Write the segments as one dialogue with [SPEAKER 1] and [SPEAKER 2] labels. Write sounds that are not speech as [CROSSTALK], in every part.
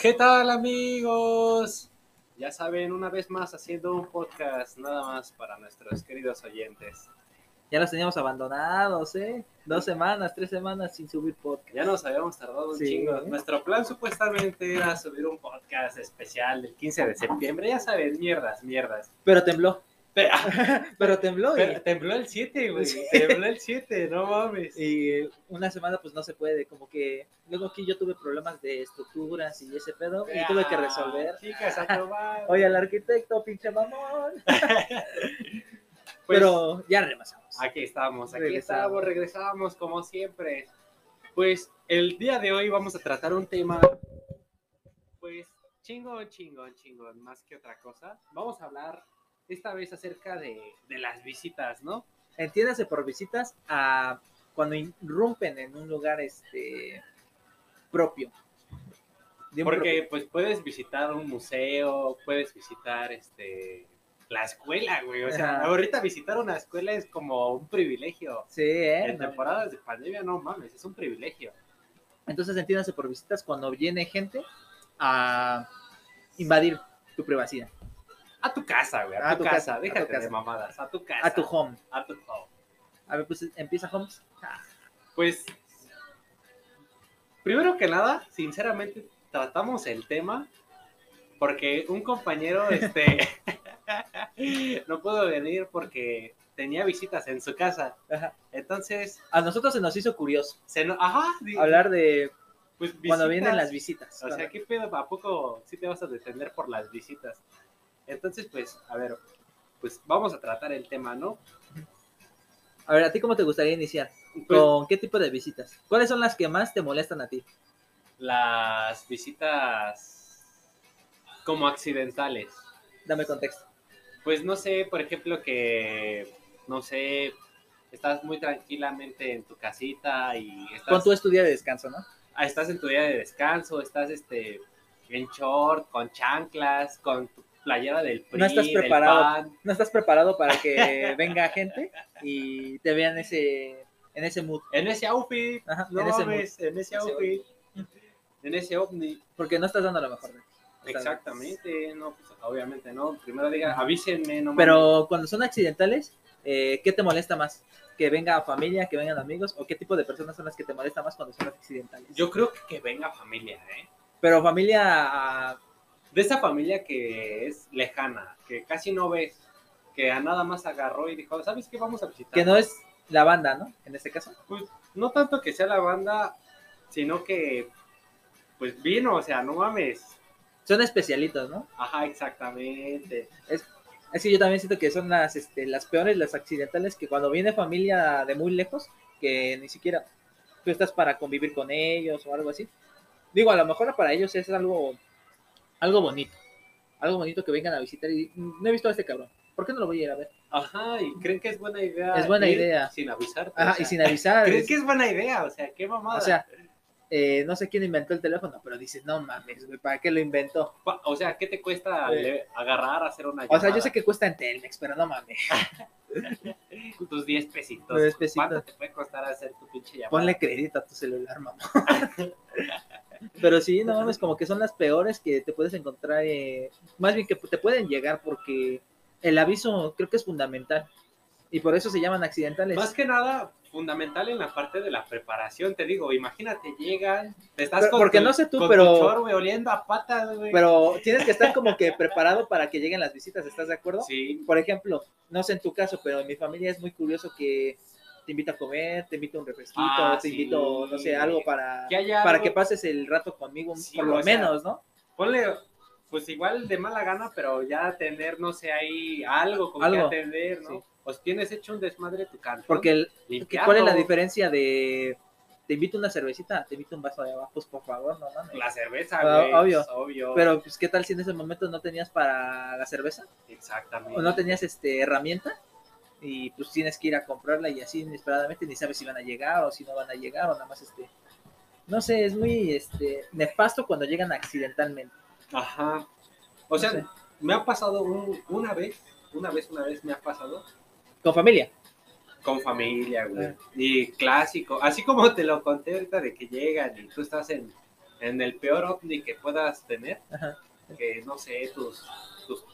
[SPEAKER 1] ¿Qué tal amigos? Ya saben, una vez más haciendo un podcast nada más para nuestros queridos oyentes.
[SPEAKER 2] Ya los teníamos abandonados, ¿eh? Dos semanas, tres semanas sin subir podcast.
[SPEAKER 1] Ya nos habíamos tardado un
[SPEAKER 2] Sí,
[SPEAKER 1] chingo.
[SPEAKER 2] ¿eh?
[SPEAKER 1] Nuestro plan supuestamente era subir un podcast especial del 15 de septiembre. Ya saben, mierdas, mierdas.
[SPEAKER 2] Pero tembló,
[SPEAKER 1] Pero, [LAUGHS]
[SPEAKER 2] pero tembló y,
[SPEAKER 1] pero tembló el 7, güey.
[SPEAKER 2] Sí.
[SPEAKER 1] Tembló el 7, no mames.
[SPEAKER 2] y una semana pues no se puede, como que luego aquí yo tuve problemas de estructuras y ese pedo y tuve que resolver.
[SPEAKER 1] Ah, Chicas, a tomar.
[SPEAKER 2] Oye, al arquitecto, pinche mamón.
[SPEAKER 1] Pues,
[SPEAKER 2] pero ya remasamos.
[SPEAKER 1] Aquí estamos, aquí
[SPEAKER 2] Regresamos.
[SPEAKER 1] estamos, regresamos como siempre. Pues el día de hoy vamos a tratar un tema, pues chingón, chingón, chingón, más que otra cosa. Vamos a hablar esta vez acerca de, de las visitas, ¿no?
[SPEAKER 2] Entiéndase por visitas a cuando irrumpen en un lugar este propio. De un
[SPEAKER 1] Porque pues puedes visitar un museo, puedes visitar este la escuela, güey. O sea,
[SPEAKER 2] Ajá.
[SPEAKER 1] ahorita visitar una escuela es como un privilegio.
[SPEAKER 2] Sí, ¿eh?
[SPEAKER 1] En
[SPEAKER 2] No,
[SPEAKER 1] temporadas de pandemia, no mames, es un privilegio.
[SPEAKER 2] Entonces entiéndase por visitas cuando viene gente a invadir tu privacidad,
[SPEAKER 1] A tu casa, güey, a, tu, casa, déjate de
[SPEAKER 2] casa.
[SPEAKER 1] mamadas, a tu casa.
[SPEAKER 2] a tu home.
[SPEAKER 1] a tu favor.
[SPEAKER 2] A ver, pues empieza Holmes. Ah,
[SPEAKER 1] Pues, primero que nada, sinceramente, tratamos el tema porque un
[SPEAKER 2] [LAUGHS]
[SPEAKER 1] compañero, este, [LAUGHS] no pudo venir porque tenía visitas en su casa.
[SPEAKER 2] ajá.
[SPEAKER 1] Entonces,
[SPEAKER 2] A nosotros se nos hizo curioso
[SPEAKER 1] se no, ajá, di-
[SPEAKER 2] hablar de
[SPEAKER 1] pues, visitas.
[SPEAKER 2] cuando vienen las visitas.
[SPEAKER 1] O sea, ¿qué pedo? ¿A poco sí te vas a defender por las visitas? Entonces, pues, a ver, pues vamos a tratar el tema, ¿no?
[SPEAKER 2] A ver, ¿a ti cómo te gustaría iniciar?
[SPEAKER 1] Pues,
[SPEAKER 2] ¿Con qué tipo de visitas? ¿Cuáles son las que más te molestan a ti?
[SPEAKER 1] las visitas como accidentales.
[SPEAKER 2] Dame contexto.
[SPEAKER 1] Pues no sé, por ejemplo, que, no sé, estás muy tranquilamente en tu casita y
[SPEAKER 2] Con
[SPEAKER 1] estás,
[SPEAKER 2] tu estudia de descanso, ¿no?
[SPEAKER 1] ah, estás en tu día de descanso, estás este, en short, con chanclas, con tu playera del PRI,
[SPEAKER 2] No estás
[SPEAKER 1] del
[SPEAKER 2] preparado.
[SPEAKER 1] PAN.
[SPEAKER 2] ¿No estás preparado
[SPEAKER 1] [LAUGHS]
[SPEAKER 2] para que venga gente y te vean ese, en ese mood?
[SPEAKER 1] En ese outfit,
[SPEAKER 2] Ajá,
[SPEAKER 1] no
[SPEAKER 2] Ah, en ese mood.
[SPEAKER 1] mames, en ese outfit, en ese ovni.
[SPEAKER 2] Porque no estás dando lo mejor de ti.
[SPEAKER 1] Exactamente, no, pues obviamente no. Primero diga, avísenme, no mames.
[SPEAKER 2] Pero cuando son accidentales, eh, ¿qué te molesta más? ¿Que venga familia, que vengan amigos? ¿O qué tipo de personas son las que te molesta más cuando son las accidentales?
[SPEAKER 1] Yo creo que venga familia, ¿eh?
[SPEAKER 2] Pero familia, ah,
[SPEAKER 1] De esa familia que es lejana, que casi no ves, que a nada más agarró y dijo, ¿sabes qué? Vamos a visitar.
[SPEAKER 2] que no es la banda, ¿no? En este caso.
[SPEAKER 1] No tanto que sea la banda, sino que, pues vino, o sea, no mames.
[SPEAKER 2] Son especialitos, ¿no?
[SPEAKER 1] Ajá, exactamente.
[SPEAKER 2] Es que yo también siento que son las, este, las peores, las accidentales, que cuando viene familia de muy lejos, que ni siquiera tú estás para convivir con ellos o algo así. Digo, a lo mejor para ellos es algo, algo bonito. Algo bonito que vengan a visitar y "Mm, no he visto a este cabrón. ¿Por qué no lo voy a ir a ver?
[SPEAKER 1] Ajá, y creen que es buena idea.
[SPEAKER 2] Es buena
[SPEAKER 1] ir
[SPEAKER 2] idea.
[SPEAKER 1] Sin avisarte.
[SPEAKER 2] Ajá,
[SPEAKER 1] o sea,
[SPEAKER 2] y sin
[SPEAKER 1] [LAUGHS]
[SPEAKER 2] avisar.
[SPEAKER 1] ¿Creen
[SPEAKER 2] es-
[SPEAKER 1] que es buena idea? O sea, qué mamada.
[SPEAKER 2] o sea, eh, no sé quién inventó el teléfono, pero dices, no mames, güey, ¿para qué lo inventó?
[SPEAKER 1] Pa- o sea, ¿qué te cuesta
[SPEAKER 2] Eh.
[SPEAKER 1] le- agarrar, hacer una
[SPEAKER 2] O
[SPEAKER 1] llamada?
[SPEAKER 2] sea, yo sé que cuesta en Telmex, pero no mames. [LAUGHS]
[SPEAKER 1] Tus 10 pesitos.
[SPEAKER 2] Los 10 pesitos.
[SPEAKER 1] ¿Cuánto te puede costar hacer tu pinche llamada?
[SPEAKER 2] Ponle crédito a tu celular, mamá. [LAUGHS] pero sí, no mames, como que son las peores que te puedes encontrar, eh, más bien que te pueden llegar porque el aviso creo que es fundamental. Y por eso se llaman accidentales.
[SPEAKER 1] Más que nada, fundamental en la parte de la preparación, te digo, imagínate, llegan, te estás
[SPEAKER 2] Pero- porque no sé tú,
[SPEAKER 1] con
[SPEAKER 2] pero-
[SPEAKER 1] tu chor, güey, oliendo a patas, güey.
[SPEAKER 2] Pero tienes que estar como que preparado para que lleguen las visitas, ¿estás de acuerdo?
[SPEAKER 1] Sí,
[SPEAKER 2] por ejemplo, no sé en tu caso, pero en mi familia es muy curioso que te invito a comer, te invito a un refresquito,
[SPEAKER 1] Ah,
[SPEAKER 2] te
[SPEAKER 1] sí.
[SPEAKER 2] invito, no sé, algo para
[SPEAKER 1] que haya
[SPEAKER 2] para
[SPEAKER 1] algo-
[SPEAKER 2] que pases el rato conmigo,
[SPEAKER 1] Sí,
[SPEAKER 2] por
[SPEAKER 1] o
[SPEAKER 2] lo
[SPEAKER 1] sea,
[SPEAKER 2] menos, ¿no?
[SPEAKER 1] ponle, pues igual de mala gana, pero ya tener, no sé, ahí algo con
[SPEAKER 2] Algo.
[SPEAKER 1] que atender, ¿no?
[SPEAKER 2] Sí.
[SPEAKER 1] Pues tienes hecho un desmadre tu canto.
[SPEAKER 2] Porque el- ¿cuál es la diferencia de te invito una cervecita, te invito un vaso de agua? Pues por favor, no mames.
[SPEAKER 1] La cerveza,
[SPEAKER 2] Ah,
[SPEAKER 1] güey,
[SPEAKER 2] obvio.
[SPEAKER 1] es obvio.
[SPEAKER 2] Pero pues qué tal si en ese momento no tenías para la cerveza
[SPEAKER 1] Exactamente.
[SPEAKER 2] o no tenías este herramienta y pues tienes que ir a comprarla y así inesperadamente ni sabes si van a llegar o si no van a llegar o nada más este no sé, es muy este nefasto cuando llegan accidentalmente.
[SPEAKER 1] Ajá. O sea,
[SPEAKER 2] No sé.
[SPEAKER 1] me ha pasado un- una vez, una vez, una vez me ha pasado
[SPEAKER 2] Con familia.
[SPEAKER 1] Con familia, güey.
[SPEAKER 2] Ah.
[SPEAKER 1] Y clásico. Así como te lo conté ahorita de que llegan y tú estás en, en el peor ovni que puedas tener,
[SPEAKER 2] Ajá.
[SPEAKER 1] que no sé, tus, tus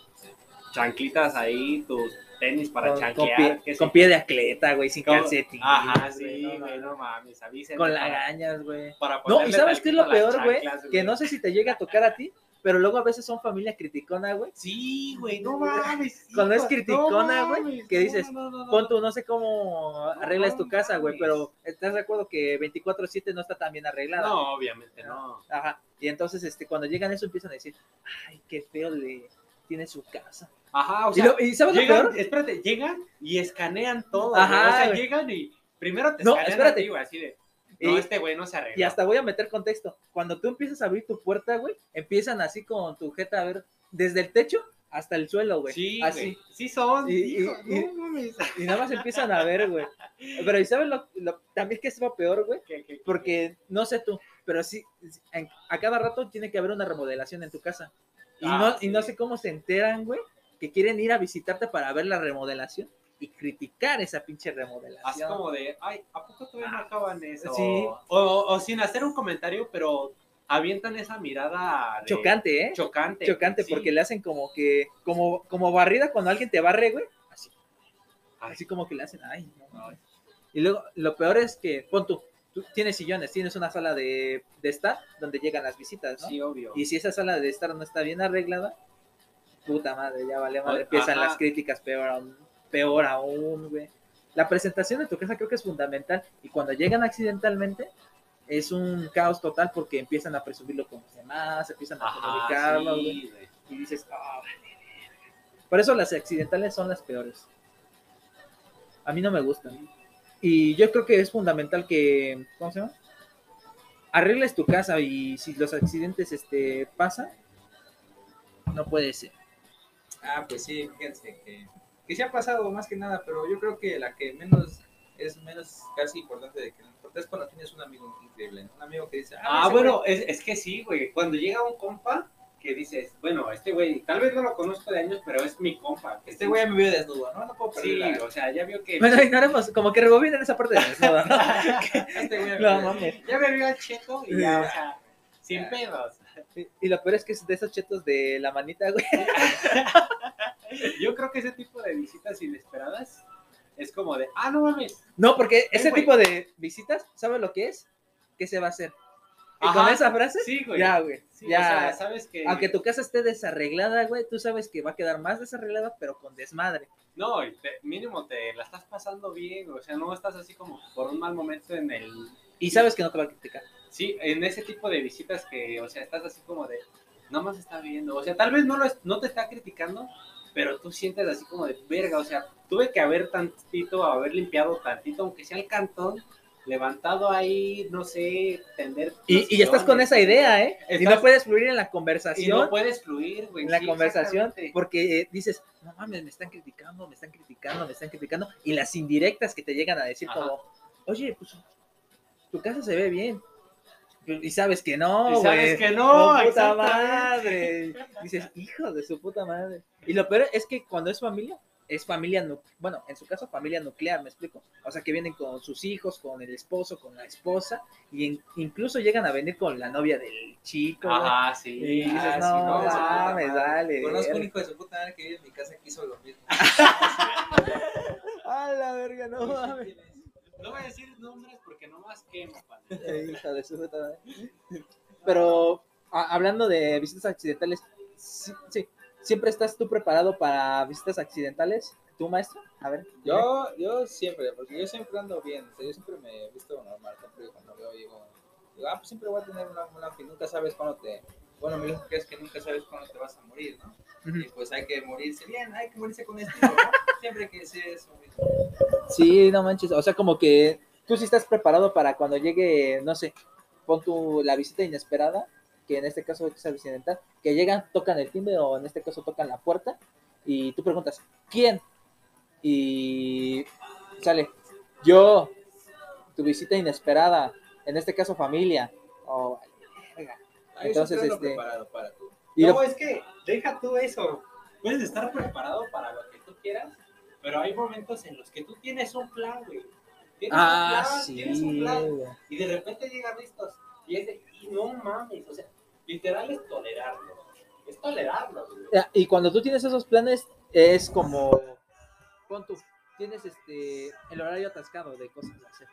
[SPEAKER 1] chanclitas ahí, tus tenis para
[SPEAKER 2] con, con
[SPEAKER 1] chanquear.
[SPEAKER 2] pie,
[SPEAKER 1] que sí.
[SPEAKER 2] con pie de atleta, güey, sin
[SPEAKER 1] Con-
[SPEAKER 2] calcetín.
[SPEAKER 1] Ajá, sí,
[SPEAKER 2] no
[SPEAKER 1] güey,
[SPEAKER 2] mames.
[SPEAKER 1] no mames, avísenme
[SPEAKER 2] Con
[SPEAKER 1] para-
[SPEAKER 2] lagañas, güey.
[SPEAKER 1] para
[SPEAKER 2] No, ¿y
[SPEAKER 1] ponerle
[SPEAKER 2] sabes qué es lo
[SPEAKER 1] tantito a las
[SPEAKER 2] peor, güey?
[SPEAKER 1] chanclas,
[SPEAKER 2] Que no sé si te llega a tocar a ti, pero luego a veces son familias criticona, güey.
[SPEAKER 1] Sí, güey, no mames.
[SPEAKER 2] Cuando es
[SPEAKER 1] hijo,
[SPEAKER 2] criticona,
[SPEAKER 1] no
[SPEAKER 2] güey,
[SPEAKER 1] mames,
[SPEAKER 2] que
[SPEAKER 1] no,
[SPEAKER 2] dices,
[SPEAKER 1] no, no, no.
[SPEAKER 2] Pon tú, no sé cómo arreglas tu casa, güey,
[SPEAKER 1] mames.
[SPEAKER 2] pero estás de acuerdo que 24-7 no está tan bien arreglada.
[SPEAKER 1] No, obviamente no.
[SPEAKER 2] Ajá. Y entonces, este, cuando llegan eso empiezan a decir, ay, qué feo le tiene su casa.
[SPEAKER 1] Ajá, o
[SPEAKER 2] Y
[SPEAKER 1] sea,
[SPEAKER 2] lo- y, sabes lo
[SPEAKER 1] llegan,
[SPEAKER 2] peor?
[SPEAKER 1] espérate, llegan y escanean todo. güey.
[SPEAKER 2] Ajá,
[SPEAKER 1] O sea,
[SPEAKER 2] güey.
[SPEAKER 1] llegan y primero te
[SPEAKER 2] No,
[SPEAKER 1] escanean
[SPEAKER 2] espérate.
[SPEAKER 1] a ti, güey, así de, no,
[SPEAKER 2] Y-
[SPEAKER 1] este güey no se arregla.
[SPEAKER 2] Y hasta voy a meter contexto. Cuando tú empiezas a abrir tu puerta, güey, empiezan así con tu jeta a ver desde el techo hasta el suelo, güey.
[SPEAKER 1] Sí,
[SPEAKER 2] así.
[SPEAKER 1] güey. Sí son.
[SPEAKER 2] Y- y-
[SPEAKER 1] hijo,
[SPEAKER 2] y-
[SPEAKER 1] no
[SPEAKER 2] [LAUGHS]
[SPEAKER 1] mames.
[SPEAKER 2] Y nada más empiezan a ver, güey. Pero ¿y sabes lo, lo- también que es lo peor, güey?
[SPEAKER 1] Que- que-
[SPEAKER 2] Porque no sé tú, pero sí, en- a cada rato tiene que haber una remodelación en tu casa. Y,
[SPEAKER 1] Ah,
[SPEAKER 2] no,
[SPEAKER 1] sí.
[SPEAKER 2] y no sé cómo se enteran, güey, que quieren ir a visitarte para ver la remodelación y criticar esa pinche
[SPEAKER 1] Así
[SPEAKER 2] remodelación.
[SPEAKER 1] como de, ay, ¿a poco todavía no acaban eso?
[SPEAKER 2] Ah, sí.
[SPEAKER 1] O, o sin hacer un comentario, pero avientan esa mirada de-
[SPEAKER 2] Chocante, ¿eh?
[SPEAKER 1] Chocante.
[SPEAKER 2] Chocante,
[SPEAKER 1] sí.
[SPEAKER 2] porque le hacen como que, como, como barrida cuando alguien te barre, güey. Así,
[SPEAKER 1] Ay.
[SPEAKER 2] así como que le hacen, ay, no, no.
[SPEAKER 1] Ay.
[SPEAKER 2] Y luego, lo peor es que, pon tú, tú tienes sillones, tienes una sala de, de estar donde llegan las visitas, ¿no?
[SPEAKER 1] Sí, obvio.
[SPEAKER 2] Y si esa sala de estar no está bien arreglada, puta madre, ya vale, madre.
[SPEAKER 1] Ay,
[SPEAKER 2] Empiezan
[SPEAKER 1] ajá.
[SPEAKER 2] las críticas peor aún, peor aún, güey. La presentación de tu casa creo que es fundamental y cuando llegan accidentalmente es un caos total porque empiezan a presumirlo con los demás, empiezan a
[SPEAKER 1] Ajá,
[SPEAKER 2] comunicarlo, güey,
[SPEAKER 1] sí, güey.
[SPEAKER 2] y dices, "Ah, vale, verga". Por eso las accidentales son las peores. A mí no me gustan. Y yo creo que es fundamental que, ¿cómo se llama? Arregles tu casa y si los accidentes este, pasan, no puede ser.
[SPEAKER 3] Ah, pues sí, fíjense que, que sí ha pasado más que nada, pero yo creo que la que menos es menos casi importante de que no importa es cuando tienes un amigo increíble, ¿no? un amigo que dice,
[SPEAKER 1] Ah,
[SPEAKER 3] ese
[SPEAKER 1] bueno, es, es que sí, güey. Cuando llega un compa que dices, bueno, este güey, tal vez no lo conozco de años, pero es mi compa.
[SPEAKER 3] güey- este güey ya me vio desnudo, ¿no? No puedo perder
[SPEAKER 1] Sí,
[SPEAKER 3] la-
[SPEAKER 1] o sea, ya vio que.
[SPEAKER 2] Bueno, ignoremos, como que rebobinan esa parte de desnudo, ¿no?
[SPEAKER 3] este güey ya me
[SPEAKER 2] No,
[SPEAKER 3] vio-
[SPEAKER 1] [LAUGHS]
[SPEAKER 2] mames.
[SPEAKER 1] Ya me vio al checo y ya, o sea, sin pedos.
[SPEAKER 2] Y- Y lo peor es que es de esos chetos de la manita, güey. [LAUGHS]
[SPEAKER 1] Yo creo que ese tipo de visitas inesperadas es como de, ah, no mames.
[SPEAKER 2] No, porque ese
[SPEAKER 1] güey.
[SPEAKER 2] tipo de visitas, ¿sabes lo que es? ¿Qué se va a hacer? Y con
[SPEAKER 1] Ajá.
[SPEAKER 2] esa frase,
[SPEAKER 1] Sí, güey.
[SPEAKER 2] ya, güey.
[SPEAKER 1] Sí,
[SPEAKER 2] ya.
[SPEAKER 1] O sea, sabes que.
[SPEAKER 2] Aunque tu casa esté desarreglada, güey, tú sabes que va a quedar más desarreglada, pero con desmadre.
[SPEAKER 1] No, y te- mínimo te la estás pasando bien, o sea, no estás así como por un mal momento en el
[SPEAKER 2] Y sabes que no te va a criticar.
[SPEAKER 1] Sí, en ese tipo de visitas que, o sea, estás así como de, no más está viendo, o sea, tal vez no, lo es- no te está criticando, pero tú sientes así como de, verga, o sea, tuve que haber tantito, haber limpiado tantito, aunque sea el cantón, levantado ahí, no sé, tender.
[SPEAKER 2] Y, y ya estás con esa idea, ¿eh? Y
[SPEAKER 1] Estás-
[SPEAKER 2] no puedes fluir en la
[SPEAKER 1] Y
[SPEAKER 2] conversación.
[SPEAKER 1] no puedes fluir, güey.
[SPEAKER 2] en la
[SPEAKER 1] sí,
[SPEAKER 2] conversación,
[SPEAKER 1] exactamente.
[SPEAKER 2] porque eh, dices, no mames, me están criticando, me están criticando, me están criticando. Y las indirectas que te llegan a decir,
[SPEAKER 1] Ajá.
[SPEAKER 2] como, oye, pues tu casa se ve bien. Y sabes que no,
[SPEAKER 1] Y sabes
[SPEAKER 2] güey.
[SPEAKER 1] que
[SPEAKER 2] ¡Oh,
[SPEAKER 1] no,
[SPEAKER 2] puta
[SPEAKER 1] exactamente.
[SPEAKER 2] madre. Dices, hijo de su puta madre. Y lo peor es que cuando es familia, es familia, nu- bueno, en su caso familia nuclear, me explico. O sea, que vienen con sus hijos, con el esposo, con la esposa, y en- incluso llegan a venir con la novia del chico. güey.
[SPEAKER 1] Ajá, sí.
[SPEAKER 2] Y dices,
[SPEAKER 3] Ah, sí,
[SPEAKER 2] no,
[SPEAKER 3] no, de su puta
[SPEAKER 2] mames,
[SPEAKER 3] madre.
[SPEAKER 2] dale.
[SPEAKER 3] Conozco un
[SPEAKER 2] verga".
[SPEAKER 3] hijo de su puta madre que vive en mi casa que hizo lo mismo.
[SPEAKER 2] A la verga, no mames.
[SPEAKER 1] No voy a decir nombres porque no más quemo, pana.
[SPEAKER 2] Eh, Hija de su puta madre. Pero a- hablando de visitas accidentales, sí, sí, ¿siempre estás tú preparado para visitas accidentales? ¿Tú, maestro? A ver. dime.
[SPEAKER 3] Yo, yo siempre, porque yo siempre ando bien, o sea, yo siempre me he visto normal, siempre cuando veo digo, digo, ah, pues siempre voy a tener una mala que nunca sabes cuándo te, bueno, mi lógica es que nunca sabes cuándo te vas a morir, ¿no? Y
[SPEAKER 2] Ujú.
[SPEAKER 3] pues hay que morirse bien, hay que morirse con estilo, ¿no? siempre que sea eso mismo.
[SPEAKER 2] Sí, no manches. O sea, como que tú sí estás preparado para cuando llegue, no sé, pon tu la visita inesperada, que en este caso es accidental, que llegan, tocan el timbre o en este caso tocan la puerta y tú preguntas, ¿quién? Y sale, yo, tu visita inesperada, en este caso familia. o
[SPEAKER 3] Ah, yo
[SPEAKER 2] Entonces,
[SPEAKER 3] siempre ando
[SPEAKER 2] este-
[SPEAKER 3] preparado para tú.
[SPEAKER 2] y
[SPEAKER 1] no,
[SPEAKER 2] lo-
[SPEAKER 1] es que deja tú eso. Puedes estar preparado para lo que tú quieras, pero hay momentos en los que tú tienes un plan, güey. Tienes un
[SPEAKER 2] Ah,
[SPEAKER 1] plan,
[SPEAKER 2] sí.
[SPEAKER 1] tienes un plan,
[SPEAKER 2] güey.
[SPEAKER 1] y de repente llegan estos.
[SPEAKER 4] Y, es de, y no mames, o sea, literal es tolerarlo. Es tolerarlo, güey.
[SPEAKER 2] Ya, Y cuando tú tienes esos planes, es como. Pon tú, tienes este, el horario atascado de cosas a hacer.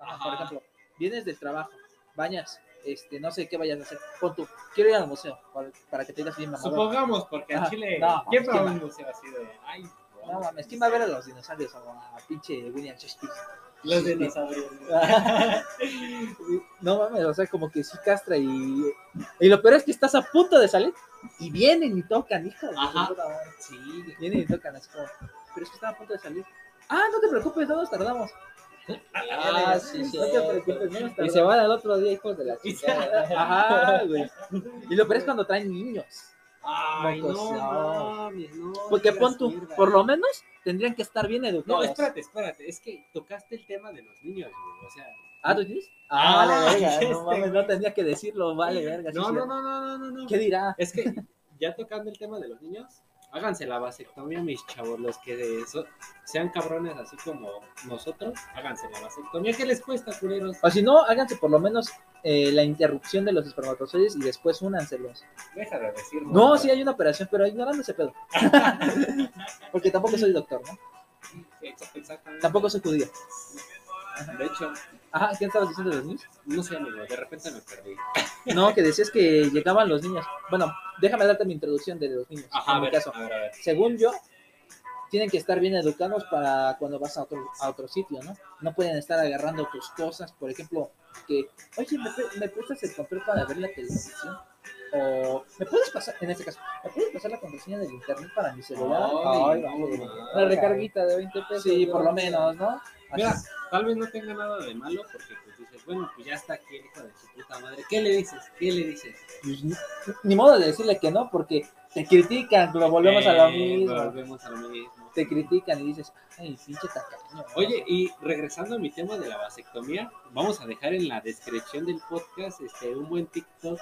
[SPEAKER 2] Ah, Por
[SPEAKER 4] Ajá.
[SPEAKER 2] ejemplo, vienes del trabajo, bañas, este, no sé qué vayas a hacer. Pon tú, quiero ir al museo para, para que te digas bien mamado.
[SPEAKER 1] Supongamos, porque en
[SPEAKER 2] Ajá,
[SPEAKER 1] Chile,
[SPEAKER 2] Ah, no,
[SPEAKER 1] ¿quién va a
[SPEAKER 2] esquema.
[SPEAKER 1] un museo así de, ay,
[SPEAKER 2] No mames, ¿quién va a ver a los dinosaurios o a pinche William Shakespeare? [LAUGHS]
[SPEAKER 1] los dinosaurios?
[SPEAKER 2] no mames, o sea, como que sí castra y. Y lo peor es que estás a punto de salir y vienen y tocan, hijo. de su
[SPEAKER 4] Ajá.
[SPEAKER 2] puta madre.
[SPEAKER 4] Sí, güey.
[SPEAKER 2] Vienen y tocan así como, pero es que estaba a punto de salir. Ah, no te preocupes, no nos tardamos.
[SPEAKER 3] Ah, sí, sí.
[SPEAKER 2] No te preocupes, no nos
[SPEAKER 3] Y se
[SPEAKER 2] tardamos.
[SPEAKER 3] van al otro día, hijos de la
[SPEAKER 1] Y se-
[SPEAKER 3] chica.
[SPEAKER 2] [LAUGHS] Ajá, güey. Y lo peor es cuando traen niños.
[SPEAKER 1] Ay, no,
[SPEAKER 2] Mocos, no.
[SPEAKER 1] mames, no.
[SPEAKER 2] Porque
[SPEAKER 1] digas
[SPEAKER 2] pon tú,
[SPEAKER 1] mierda.
[SPEAKER 2] por lo menos tendrían que estar bien
[SPEAKER 1] No,
[SPEAKER 2] educados.
[SPEAKER 1] espérate, espérate, es que tocaste el tema de los niños, güey, o sea.
[SPEAKER 2] Ah, ¿tú tienes?
[SPEAKER 1] Ah,
[SPEAKER 2] Ah, vale, verga.
[SPEAKER 1] este
[SPEAKER 2] No mames,
[SPEAKER 1] güey.
[SPEAKER 2] no tendría que decirlo, vale, verga. sí,
[SPEAKER 1] No,
[SPEAKER 2] sí.
[SPEAKER 1] no, no, no, no, no, no.
[SPEAKER 2] ¿Qué dirá?
[SPEAKER 1] Es que ya tocando el tema de los niños, háganse la vasectomía, mis chavos, los que de eso sean cabrones así como nosotros, háganse la vasectomía. ¿Qué les cuesta, culeros?
[SPEAKER 2] O si no, háganse por lo menos eh, la interrupción de los espermatozoides y después únanselos.
[SPEAKER 1] Deja de decir.
[SPEAKER 2] No, sí hay una operación, pero ignorando ese [LAUGHS] pedo. Porque tampoco soy doctor, ¿no?
[SPEAKER 1] Ex- Exactamente.
[SPEAKER 2] Tampoco soy judío.
[SPEAKER 1] De hecho,
[SPEAKER 2] Ajá, ¿quién estabas diciendo de los niños?
[SPEAKER 1] no sé, amigo, de repente me perdí.
[SPEAKER 2] No, que decías que llegaban los niños. Bueno, déjame darte mi introducción de los niños.
[SPEAKER 1] Ajá, a
[SPEAKER 2] en mi
[SPEAKER 1] ver,
[SPEAKER 2] caso.
[SPEAKER 1] a ver, a ver.
[SPEAKER 2] Según yo, tienen que estar bien educados para cuando vas a otro, a otro sitio, ¿no? No pueden estar agarrando tus cosas, por ejemplo, que, oye, ¿me, pre- me prestas el control para ver la televisión? O, ¿me puedes pasar, en este caso, ¿me puedes pasar la contraseña del internet para mi celular?
[SPEAKER 1] Ay,
[SPEAKER 2] Ay,
[SPEAKER 1] no,
[SPEAKER 2] vamos,
[SPEAKER 3] Ah,
[SPEAKER 1] no.
[SPEAKER 2] Una recarguita de 20 pesos. Sí, por lo
[SPEAKER 3] ¿no?
[SPEAKER 2] menos, ¿no? Así.
[SPEAKER 1] Mira, tal vez no tenga nada de malo porque pues dices, bueno, pues ya está aquí el hijo de su puta madre. ¿Qué le dices? ¿Qué le dices?
[SPEAKER 2] Pues, ni- ni modo de decirle que no, porque te critican, pero volvemos a lo
[SPEAKER 1] Eh,
[SPEAKER 2] mismo.
[SPEAKER 1] Volvemos a lo mismo.
[SPEAKER 2] Te critican y dices, ay, pinche tacaño.
[SPEAKER 1] Oye, y regresando a mi tema de la vasectomía, vamos a dejar en la descripción del podcast este un buen TikTok.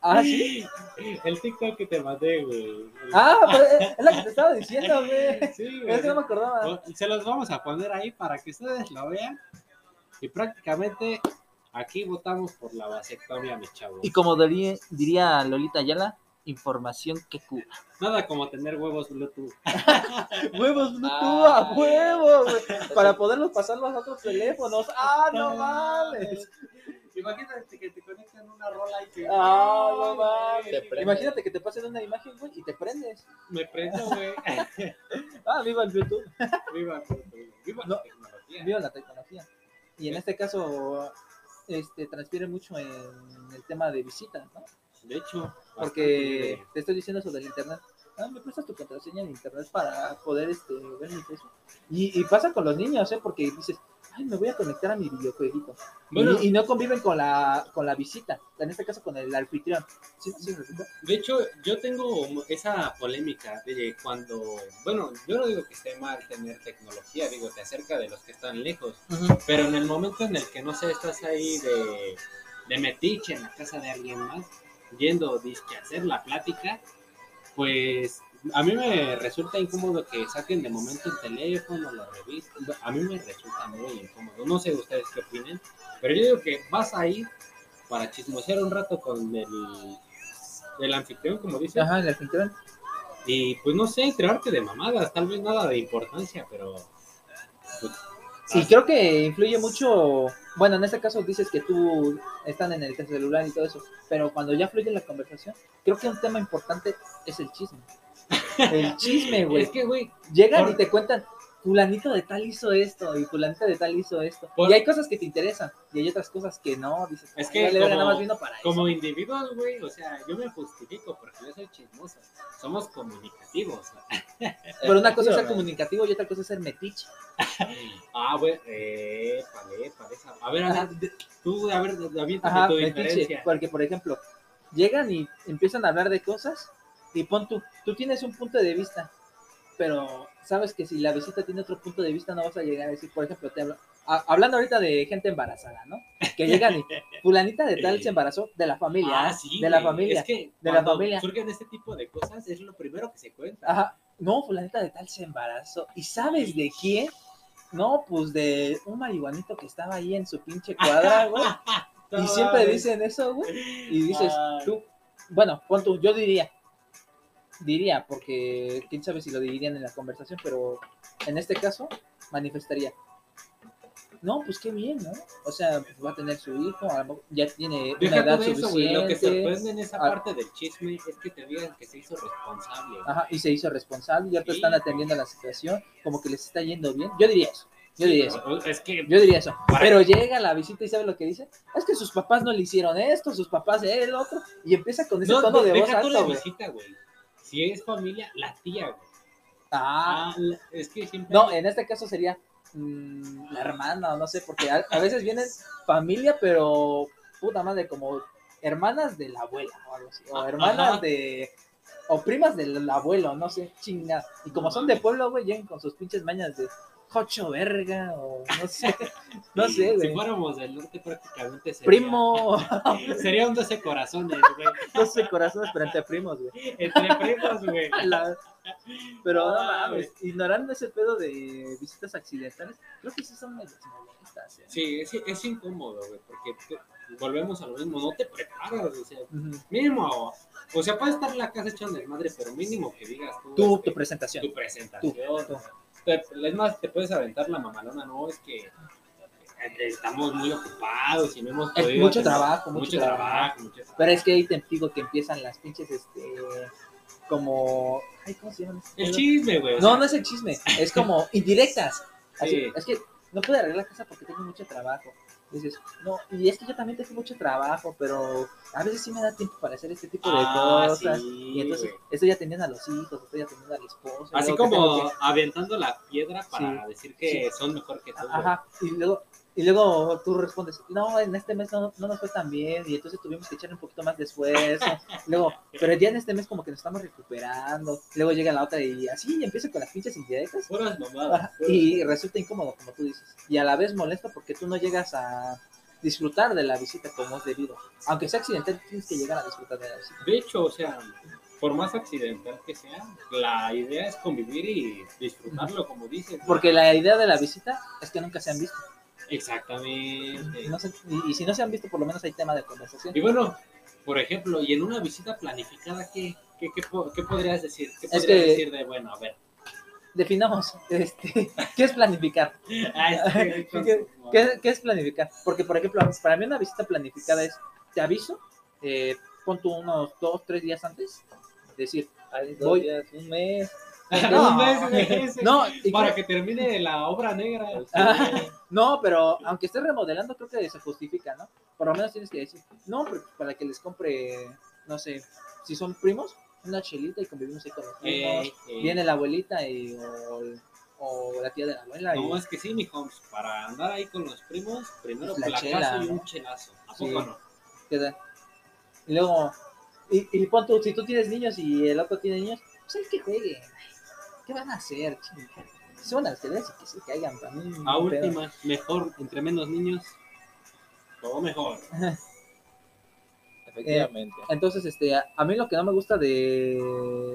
[SPEAKER 2] Ah, sí.
[SPEAKER 1] [LAUGHS] El TikTok que te mandé, güey.
[SPEAKER 2] Ah, pero es es la que te estaba diciendo, güey.
[SPEAKER 1] sí, güey.
[SPEAKER 2] Es que no me acordaba.
[SPEAKER 1] O- Se los vamos a poner ahí para que ustedes lo vean. Y prácticamente aquí votamos por la vasectomía, mis chavos.
[SPEAKER 2] Y como diría, diría Lolita Ayala, información que cura.
[SPEAKER 1] Nada como tener huevos Bluetooth.
[SPEAKER 2] ¡Huevos Bluetooth
[SPEAKER 3] Ah.
[SPEAKER 2] Pues, a huevo,
[SPEAKER 3] [LAUGHS]
[SPEAKER 2] güey! Para poderlos pasarlos a otros teléfonos. ¡Ah, no mames!
[SPEAKER 1] Imagínate que te conectan una rola y que.
[SPEAKER 2] Ah, no mames.
[SPEAKER 3] Te prende.
[SPEAKER 2] Imagínate que te pasen una imagen, güey, y te prendes.
[SPEAKER 1] Me prendo, güey. [LAUGHS]
[SPEAKER 2] Ah, viva el Bluetooth.
[SPEAKER 1] Viva, viva la
[SPEAKER 2] No.
[SPEAKER 1] tecnología.
[SPEAKER 2] Viva la tecnología. Y en este caso, este, transpire mucho en el tema de visitas, ¿no?
[SPEAKER 1] De hecho,
[SPEAKER 2] Porque te estoy diciendo eso del internet. Ah, me prestas tu contraseña de internet para poder este, ver mi Facebook. Y, y pasa con los niños, ¿eh? Porque dices, ay, me voy a conectar a mi videojueguito.
[SPEAKER 1] Bueno.
[SPEAKER 2] y, y no conviven con la, con la visita, en este caso con el anfitrión. ¿Sí, sí, resulta?
[SPEAKER 1] De hecho, yo tengo esa polémica de cuando, bueno, yo no digo que esté mal tener tecnología, digo, te acerca de los que están lejos, pero en el momento en el que, no sé, estás ahí de, de metiche en la casa de alguien más, yendo disque a hacer la plática, pues a mí me resulta incómodo que saquen de momento el teléfono, la revista, a mí me resulta muy incómodo, no sé ustedes qué opinen, pero yo digo que vas a ir para chismosear un rato con el, el anfitrión, como dices,
[SPEAKER 2] Ajá, el anfitrión.
[SPEAKER 1] y pues no sé, crearte de mamadas, tal vez nada de importancia, pero...
[SPEAKER 2] Sí, creo que influye mucho. Bueno, en este caso dices que tú están en el celular y todo eso, pero cuando ya fluye la conversación, creo que un tema importante es el chisme. El chisme, güey.
[SPEAKER 1] Es que, güey,
[SPEAKER 2] Llegan
[SPEAKER 1] Por-
[SPEAKER 2] y te cuentan, fulanito de tal hizo esto y fulanito de tal hizo esto.
[SPEAKER 1] Por-
[SPEAKER 2] Y hay cosas que te interesan y hay otras cosas que no. Dices,
[SPEAKER 1] Es
[SPEAKER 2] "Ay,
[SPEAKER 1] que
[SPEAKER 2] vale, verga,
[SPEAKER 1] como-
[SPEAKER 2] nada más vino para eso.
[SPEAKER 1] Como individuos, güey, o sea, yo me justifico porque yo soy chismoso. Somos comunicativos.
[SPEAKER 2] Pero una cosa es ser
[SPEAKER 3] Efectivamente.
[SPEAKER 2] comunicativo y otra cosa es ser metiche.
[SPEAKER 1] Ah, güey, eh, pale, pale, esa- A ver, a
[SPEAKER 2] Ajá.
[SPEAKER 1] ver, de- tú, a ver, David,
[SPEAKER 2] Ajá,
[SPEAKER 1] tu
[SPEAKER 2] metiche.
[SPEAKER 1] diferencia.
[SPEAKER 2] Porque, por ejemplo, llegan y empiezan a hablar de cosas y pon tú, tú tienes un punto de vista, pero sabes que si la visita tiene otro punto de vista no vas a llegar a decir, por ejemplo, te habla- a- hablando ahorita de gente embarazada, ¿no? Que llegan
[SPEAKER 1] [LAUGHS]
[SPEAKER 2] y fulanita de tal se embarazó de la familia,
[SPEAKER 1] Ah, sí,
[SPEAKER 2] de la
[SPEAKER 1] güey,
[SPEAKER 2] familia.
[SPEAKER 1] Es que
[SPEAKER 2] de la
[SPEAKER 1] cuando
[SPEAKER 2] familia.
[SPEAKER 1] surgen este tipo de cosas, es lo primero que se cuenta.
[SPEAKER 2] Ajá. No, fulanita de tal se embarazó. ¿Y sabes de
[SPEAKER 1] [LAUGHS]
[SPEAKER 2] quién? No, pues de un marihuanito que estaba ahí en su pinche cuadra, güey. Y siempre dicen eso, güey. Y dices,
[SPEAKER 5] Ay.
[SPEAKER 2] tú, bueno, pon tú, yo diría, diría, porque quién sabe si lo dirían en la conversación, pero en este caso manifestaría. No, pues qué bien, ¿no? O sea, pues va a tener su hijo, a lo mejor ya tiene una
[SPEAKER 1] Deja
[SPEAKER 2] edad
[SPEAKER 1] todo eso, güey.
[SPEAKER 2] suficiente.
[SPEAKER 1] Lo que sorprende en esa
[SPEAKER 2] Ah.
[SPEAKER 1] parte del chisme es que te digan que se hizo responsable.
[SPEAKER 2] Ajá, y se hizo responsable, y ahorita
[SPEAKER 1] Sí.
[SPEAKER 2] están atendiendo la situación, como que les está yendo bien. Yo diría eso, yo diría eso.
[SPEAKER 1] O- Es que
[SPEAKER 2] Yo diría eso. Pero llega la visita y sabe lo que dice. Es que sus papás no le hicieron esto, sus papás eh, el otro. Y empieza con ese
[SPEAKER 1] no,
[SPEAKER 2] tono
[SPEAKER 1] no,
[SPEAKER 2] de voz
[SPEAKER 1] deja tú la
[SPEAKER 2] alto, güey.
[SPEAKER 1] visita, güey. Si es familia, la tía, güey.
[SPEAKER 2] Ah,
[SPEAKER 1] Ah, la- es que siempre.
[SPEAKER 2] no, en este caso sería mm, la hermana, o no sé, porque a, a veces vienen familia, pero puta madre, como hermanas de la abuela o algo así. O
[SPEAKER 1] Ah,
[SPEAKER 2] hermanas
[SPEAKER 1] ajá.
[SPEAKER 2] de. O primas del abuelo, no sé, chinga. Y como
[SPEAKER 1] No
[SPEAKER 2] son de
[SPEAKER 1] mames.
[SPEAKER 2] pueblo, güey, llegan con sus pinches mañas de jocho verga, o no
[SPEAKER 1] [LAUGHS]
[SPEAKER 2] sé, no sé,
[SPEAKER 1] Si
[SPEAKER 2] güey.
[SPEAKER 1] fuéramos del norte, prácticamente sería.
[SPEAKER 2] Primo, [LAUGHS]
[SPEAKER 1] Sería un 12 corazones, güey.
[SPEAKER 2] no sé, corazones frente a primos, güey.
[SPEAKER 1] Entre primos, güey.
[SPEAKER 2] La- Pero no
[SPEAKER 1] Ah,
[SPEAKER 2] mames, ignorando ese pedo de visitas accidentales, creo que sí son medias molestas. ¿eh?
[SPEAKER 1] Sí, es, es incómodo, güey, porque te- volvemos a lo mismo, no te preparas, o sea,
[SPEAKER 2] Ujú.
[SPEAKER 1] mínimo, o sea, puede estar en la casa echando desmadre, pero mínimo que digas tú,
[SPEAKER 2] Pues, eh, Tú,
[SPEAKER 1] este,
[SPEAKER 2] tu presentación.
[SPEAKER 1] tu presentación.
[SPEAKER 2] tú.
[SPEAKER 1] Te- es más, te puedes aventar la mamalona, no, es que eh, estamos muy ocupados y no hemos
[SPEAKER 2] Es
[SPEAKER 1] podido
[SPEAKER 2] mucho
[SPEAKER 1] tener-
[SPEAKER 2] trabajo, mucho, trabajo.
[SPEAKER 1] mucho trabajo.
[SPEAKER 2] Pero es que ahí te digo que empiezan las pinches, este, como... Ay, ¿cómo se llaman? esas
[SPEAKER 1] El
[SPEAKER 2] mierdas?
[SPEAKER 1] chisme, güey. o
[SPEAKER 2] No,
[SPEAKER 1] sea,
[SPEAKER 2] no es el chisme,
[SPEAKER 1] [LAUGHS]
[SPEAKER 2] es como indirectas. Así,
[SPEAKER 1] Sí.
[SPEAKER 2] Es que no pude arreglar la casa porque tengo mucho trabajo. Dices, no, y es que yo también tengo mucho trabajo, pero a veces sí me da tiempo para hacer este tipo de
[SPEAKER 1] ah,
[SPEAKER 2] cosas.
[SPEAKER 1] sí,
[SPEAKER 2] Y entonces
[SPEAKER 1] güey.
[SPEAKER 2] estoy atendiendo a los hijos, estoy atendiendo a la esposa.
[SPEAKER 1] Así
[SPEAKER 2] luego que
[SPEAKER 1] como
[SPEAKER 2] tengo que-
[SPEAKER 1] aventando la piedra para decir que
[SPEAKER 2] Sí.
[SPEAKER 1] son mejor que tú. güey.
[SPEAKER 2] Ajá, y luego, y luego tú respondes, no, en este mes no, no nos fue tan bien, y entonces tuvimos que echar un poquito más de esfuerzo. luego, pero ya en este mes como que nos estamos recuperando. Luego llega la otra y así, y empieza con las pinches indirectas.
[SPEAKER 1] Puras mamadas.
[SPEAKER 2] Ajá,
[SPEAKER 1] puras
[SPEAKER 2] Y resulta incómodo, como tú dices. Y a la vez molesta porque tú no llegas a disfrutar de la visita como es debido. Aunque sea accidental, tienes que llegar a disfrutar de la visita.
[SPEAKER 1] De hecho, o sea, por más accidental que sea, la idea es convivir y disfrutarlo, como dices. ¿no?
[SPEAKER 2] Porque la idea de la visita es que nunca se han visto.
[SPEAKER 1] Exactamente.
[SPEAKER 2] No se- y, y si no se han visto, por lo menos hay tema de conversación.
[SPEAKER 1] Y bueno, por ejemplo, y en una visita planificada, ¿qué, qué, qué po- qué podrías decir? ¿Qué podrías
[SPEAKER 2] que-
[SPEAKER 1] decir de, bueno, a
[SPEAKER 2] [LAUGHS]
[SPEAKER 1] ver? [LAUGHS]
[SPEAKER 2] Definamos, [LAUGHS] este, ¿qué es planificar?
[SPEAKER 1] Ah, es que-
[SPEAKER 2] ¿Qué- ¿Qué, qué es planificar? Porque, por ejemplo, para mí una visita planificada es, te aviso, eh, pon tú unos dos, tres días antes, decir,
[SPEAKER 3] Hay dos
[SPEAKER 2] voy
[SPEAKER 3] días,
[SPEAKER 2] un mes.
[SPEAKER 1] [LAUGHS] No,
[SPEAKER 2] [LAUGHS] No,
[SPEAKER 1] ese-
[SPEAKER 2] no, y
[SPEAKER 1] Para que termine la obra negra.
[SPEAKER 2] [LAUGHS] Ah, no, pero aunque estés remodelando, creo que se justifica, ¿no? Por lo menos tienes que decir, no, hombre, pues, para que les compre, no sé, si son primos, una chelita y convivimos ahí con los primos.
[SPEAKER 1] Eh, eh,
[SPEAKER 2] Viene la abuelita y, o, o la tía de la abuela.
[SPEAKER 1] No,
[SPEAKER 2] y-
[SPEAKER 1] es que sí, mi Holmes, para andar ahí con los primos, primero
[SPEAKER 2] La
[SPEAKER 1] placazo
[SPEAKER 2] chela,
[SPEAKER 1] y
[SPEAKER 2] ¿no?
[SPEAKER 1] un chelazo. ¿A
[SPEAKER 2] Sí.
[SPEAKER 1] poco no?
[SPEAKER 2] ¿Qué tal? Y luego, y, y pon tú, si tú tienes niños y el otro tiene niños, pues hay que jueguen. ¿Qué van a hacer? chinga? Se van a quedar y que se caigan para mí.
[SPEAKER 1] A
[SPEAKER 2] no hay pedo.
[SPEAKER 1] última, mejor, entre menos niños, todo mejor.
[SPEAKER 3] Efectivamente.
[SPEAKER 2] Entonces, este, a, a mí lo que no me gusta de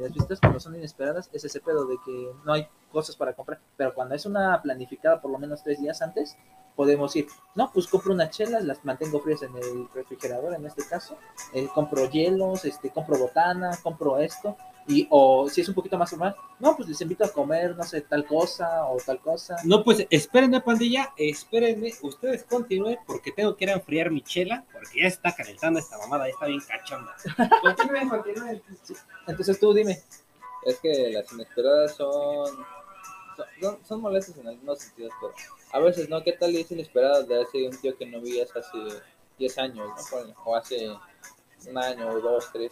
[SPEAKER 2] las visitas cuando son inesperadas es ese pedo de que no hay cosas para comprar. Pero cuando es una planificada por lo menos tres días antes, podemos ir. No, pues compro unas chelas, las mantengo frías en el refrigerador en este caso. eh, compro hielos, este, compro botana, compro esto. Y, o si es un poquito más formal, no, pues les invito a comer, no sé, tal cosa o tal cosa.
[SPEAKER 1] No, pues espérenme, pandilla, espérenme. Ustedes continúen porque tengo que ir a enfriar mi chela porque ya está calentando esta mamada, ya está bien cachonda.
[SPEAKER 5] Continúen, continúen.
[SPEAKER 2] Entonces tú dime,
[SPEAKER 3] Es que las inesperadas son, son, son molestas en algunos sentidos, pero a veces no. ¿Qué tal es inesperado de hace un tío que no veías hace 10 años, ¿no? Ponle, o hace un año, o dos, tres?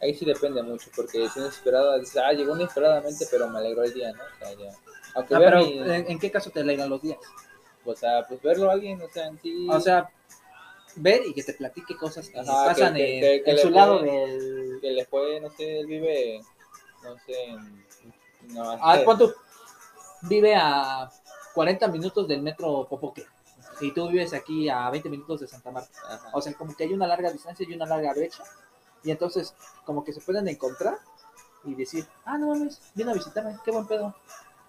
[SPEAKER 3] Ahí sí depende mucho, porque es inesperado, dices, ah, llegó inesperadamente, pero me alegró el día, ¿no? O sea, ya. Aunque
[SPEAKER 2] ah,
[SPEAKER 3] vea
[SPEAKER 2] pero,
[SPEAKER 3] mi-
[SPEAKER 2] ¿en, en qué caso te alegran los días?
[SPEAKER 3] o sea, pues verlo a alguien, o sea, en sí.
[SPEAKER 2] O sea, ver y que te platique cosas que
[SPEAKER 3] Ajá,
[SPEAKER 2] pasan
[SPEAKER 3] que- que-
[SPEAKER 2] en,
[SPEAKER 3] que- que
[SPEAKER 2] en
[SPEAKER 3] le
[SPEAKER 2] su lado
[SPEAKER 3] puede-
[SPEAKER 2] del...
[SPEAKER 3] que le fue, no sé, él vive, no sé, en. No,
[SPEAKER 2] Ah, ¿cuánto? Vive a 40 minutos del metro Popoque. Y tú vives aquí a 20 minutos de Santa Marta.
[SPEAKER 3] Ajá.
[SPEAKER 2] O sea, como que hay una larga distancia y una larga brecha. Y entonces, como que se pueden encontrar y decir, ah, no mames, vino a visitarme, qué buen pedo.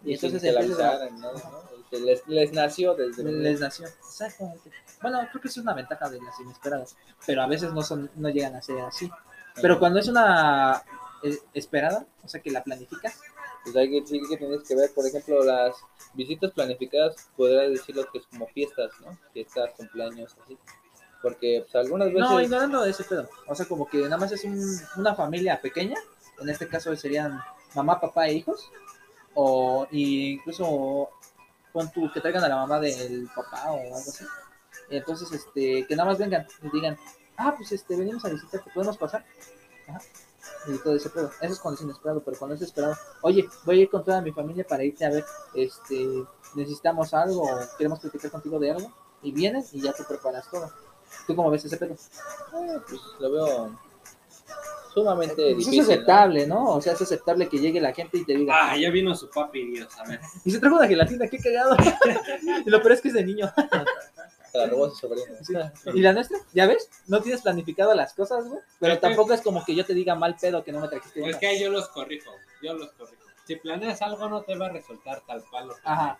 [SPEAKER 2] Y
[SPEAKER 3] sin
[SPEAKER 2] entonces ah,
[SPEAKER 3] que la
[SPEAKER 2] empiezas a-
[SPEAKER 3] avisaran, ¿no? ¿no? se les, les nació desde
[SPEAKER 2] les nació. Exactamente. Bueno, creo que eso es una ventaja de las inesperadas, pero a veces no son, no llegan a ser así. Pero cuando es una eh, esperada, o sea que la planificas,
[SPEAKER 3] Pues hay que, sí que tienes que ver, por ejemplo, las visitas planificadas, podrías decirlo que es como fiestas, ¿no? Fiestas, cumpleaños, así. Porque pues, algunas veces...
[SPEAKER 2] no ignorando ese pedo, o sea como que nada más es un- una familia pequeña, en este caso serían mamá, papá e hijos, o y incluso pon tú que traigan a la mamá del papá o algo así. Entonces, este, que nada más vengan y digan, ah, pues este, venimos a visitar, ¿te podemos pasar? Ajá. Y todo ese pedo. Eso es cuando es inesperado, pero cuando es esperado, oye, voy a ir con toda mi familia para irte a ver, este, necesitamos algo, o queremos platicar contigo de algo, y vienes y ya te preparas todo. ¿Tú cómo ves ese pedo?
[SPEAKER 3] eh, pues lo veo sumamente
[SPEAKER 2] Pues
[SPEAKER 3] difícil.
[SPEAKER 2] es aceptable, ¿no? O sea, es aceptable que llegue la gente y te diga,
[SPEAKER 4] Ah, ya vino su papi, Dios. A ver.
[SPEAKER 2] y se trajo una gelatina, qué cagado. [LAUGHS] y lo peor es que es de niño.
[SPEAKER 3] ¿no? Se la robó a su sobrino.
[SPEAKER 2] ¿Y la nuestra? ¿Ya ves? No tienes planificado las cosas, güey. Pero
[SPEAKER 4] Es que-
[SPEAKER 2] tampoco es como que yo te diga mal pedo que no me trajiste.
[SPEAKER 4] Es
[SPEAKER 2] una.
[SPEAKER 4] que ahí yo los corrijo, yo los corrijo. Si planeas algo no te va a resultar tal palo.
[SPEAKER 2] Ajá.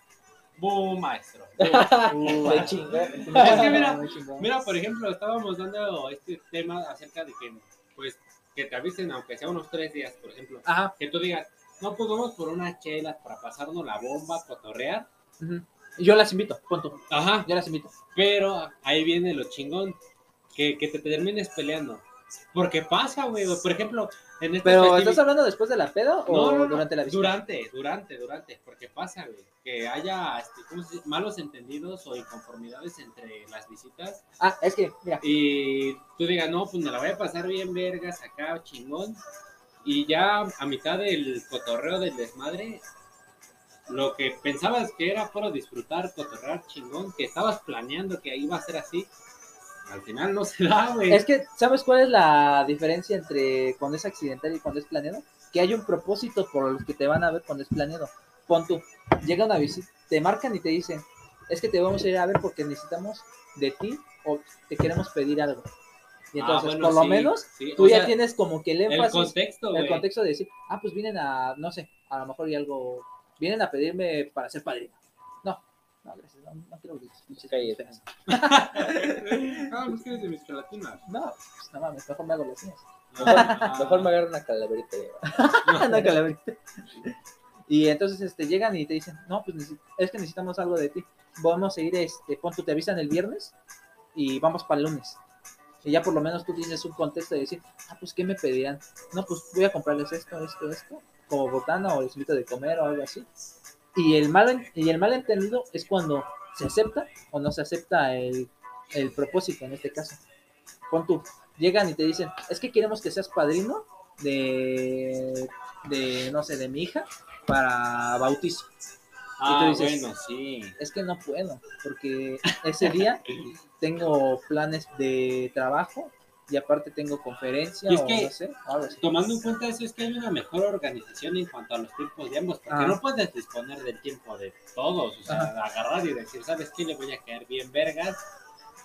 [SPEAKER 2] [LAUGHS]
[SPEAKER 4] Boom, maestro.
[SPEAKER 3] Me chingó.
[SPEAKER 4] Es que mira,
[SPEAKER 2] Me chingó.
[SPEAKER 4] Mira, por ejemplo, estábamos dando este tema acerca de que, pues, que te avisen, aunque sea unos tres días, por ejemplo,
[SPEAKER 2] Ajá.
[SPEAKER 4] que tú digas, no, pues vamos por una chela para pasarnos la bomba, cotorrear.
[SPEAKER 2] ujú. Yo las invito, punto.
[SPEAKER 4] Ajá,
[SPEAKER 2] Yo las invito.
[SPEAKER 4] pero ahí viene lo chingón, que, que te termines peleando. Porque pasa, güey. Por ejemplo, en este
[SPEAKER 2] Pero, ¿estás hablando después de la pedo o
[SPEAKER 4] No, no, no,
[SPEAKER 2] durante la visita?
[SPEAKER 4] Durante, durante, durante, porque pasa, güey, que haya este, ¿cómo se dice? malos entendidos o inconformidades entre las visitas
[SPEAKER 2] Ah, es que, mira,
[SPEAKER 4] y tú digas, no, pues me la voy a pasar bien vergas acá, chingón, y ya a mitad del cotorreo del desmadre, lo que pensabas que era para disfrutar, cotorrear, chingón, que estabas planeando que iba a ser así, al final no se da, güey.
[SPEAKER 2] es que, ¿sabes cuál es la diferencia entre cuando es accidental y cuando es planeado? Que hay un propósito por el que te van a ver cuando es planeado. Pon tú, llega una visita, te marcan y te dicen, es que te vamos a ir a ver porque necesitamos de ti o te queremos pedir algo. Y
[SPEAKER 4] Ah,
[SPEAKER 2] entonces,
[SPEAKER 4] bueno,
[SPEAKER 2] por lo
[SPEAKER 4] sí,
[SPEAKER 2] menos,
[SPEAKER 4] sí,
[SPEAKER 2] tú
[SPEAKER 4] o
[SPEAKER 2] ya
[SPEAKER 4] sea,
[SPEAKER 2] tienes como que el
[SPEAKER 4] el
[SPEAKER 2] énfasis,
[SPEAKER 4] contexto,
[SPEAKER 2] el,
[SPEAKER 4] güey.
[SPEAKER 2] contexto de decir, ah, pues vienen a, no sé, a lo mejor y algo, vienen a pedirme para ser padrino. No, no, gracias, no, no quiero que pinches
[SPEAKER 3] Cállate.
[SPEAKER 2] feas.
[SPEAKER 4] [LAUGHS] Ah, pues que eres de mis gelatinas.
[SPEAKER 2] No, pues no mames, mejor me hago las mías.
[SPEAKER 4] Ah.
[SPEAKER 3] Mejor me agarro una calaverita. y-
[SPEAKER 2] Una calaverita. Y entonces este, llegan y te dicen, no, pues neces- es que necesitamos algo de ti. Vamos a ir, este, pon tú, te avisan el viernes y vamos para el lunes. Y ya por lo menos tú tienes un contexto de decir, ah, pues ¿qué me pedirán? No, pues voy a comprarles esto, esto, esto, como botana o les invito de comer o algo así. Y el mal, y el malentendido es cuando se acepta o no se acepta el, el propósito en este caso. Pon tú, llegan y te dicen, es que queremos que seas padrino de, de no sé, de mi hija para bautizo.
[SPEAKER 4] Ah,
[SPEAKER 2] Y tú dices-
[SPEAKER 4] bueno, sí.
[SPEAKER 2] Es que no puedo, porque ese
[SPEAKER 4] [LAUGHS]
[SPEAKER 2] día tengo planes de trabajo y aparte tengo conferencia
[SPEAKER 4] Y es
[SPEAKER 2] o
[SPEAKER 4] que-
[SPEAKER 2] no sé, o algo así.
[SPEAKER 4] Tomando en cuenta eso, es que hay una mejor organización en cuanto a los tiempos de ambos, porque
[SPEAKER 2] Ah.
[SPEAKER 4] no puedes disponer del tiempo de todos, o sea, agarrar y decir, ¿sabes qué? Le voy a caer bien vergas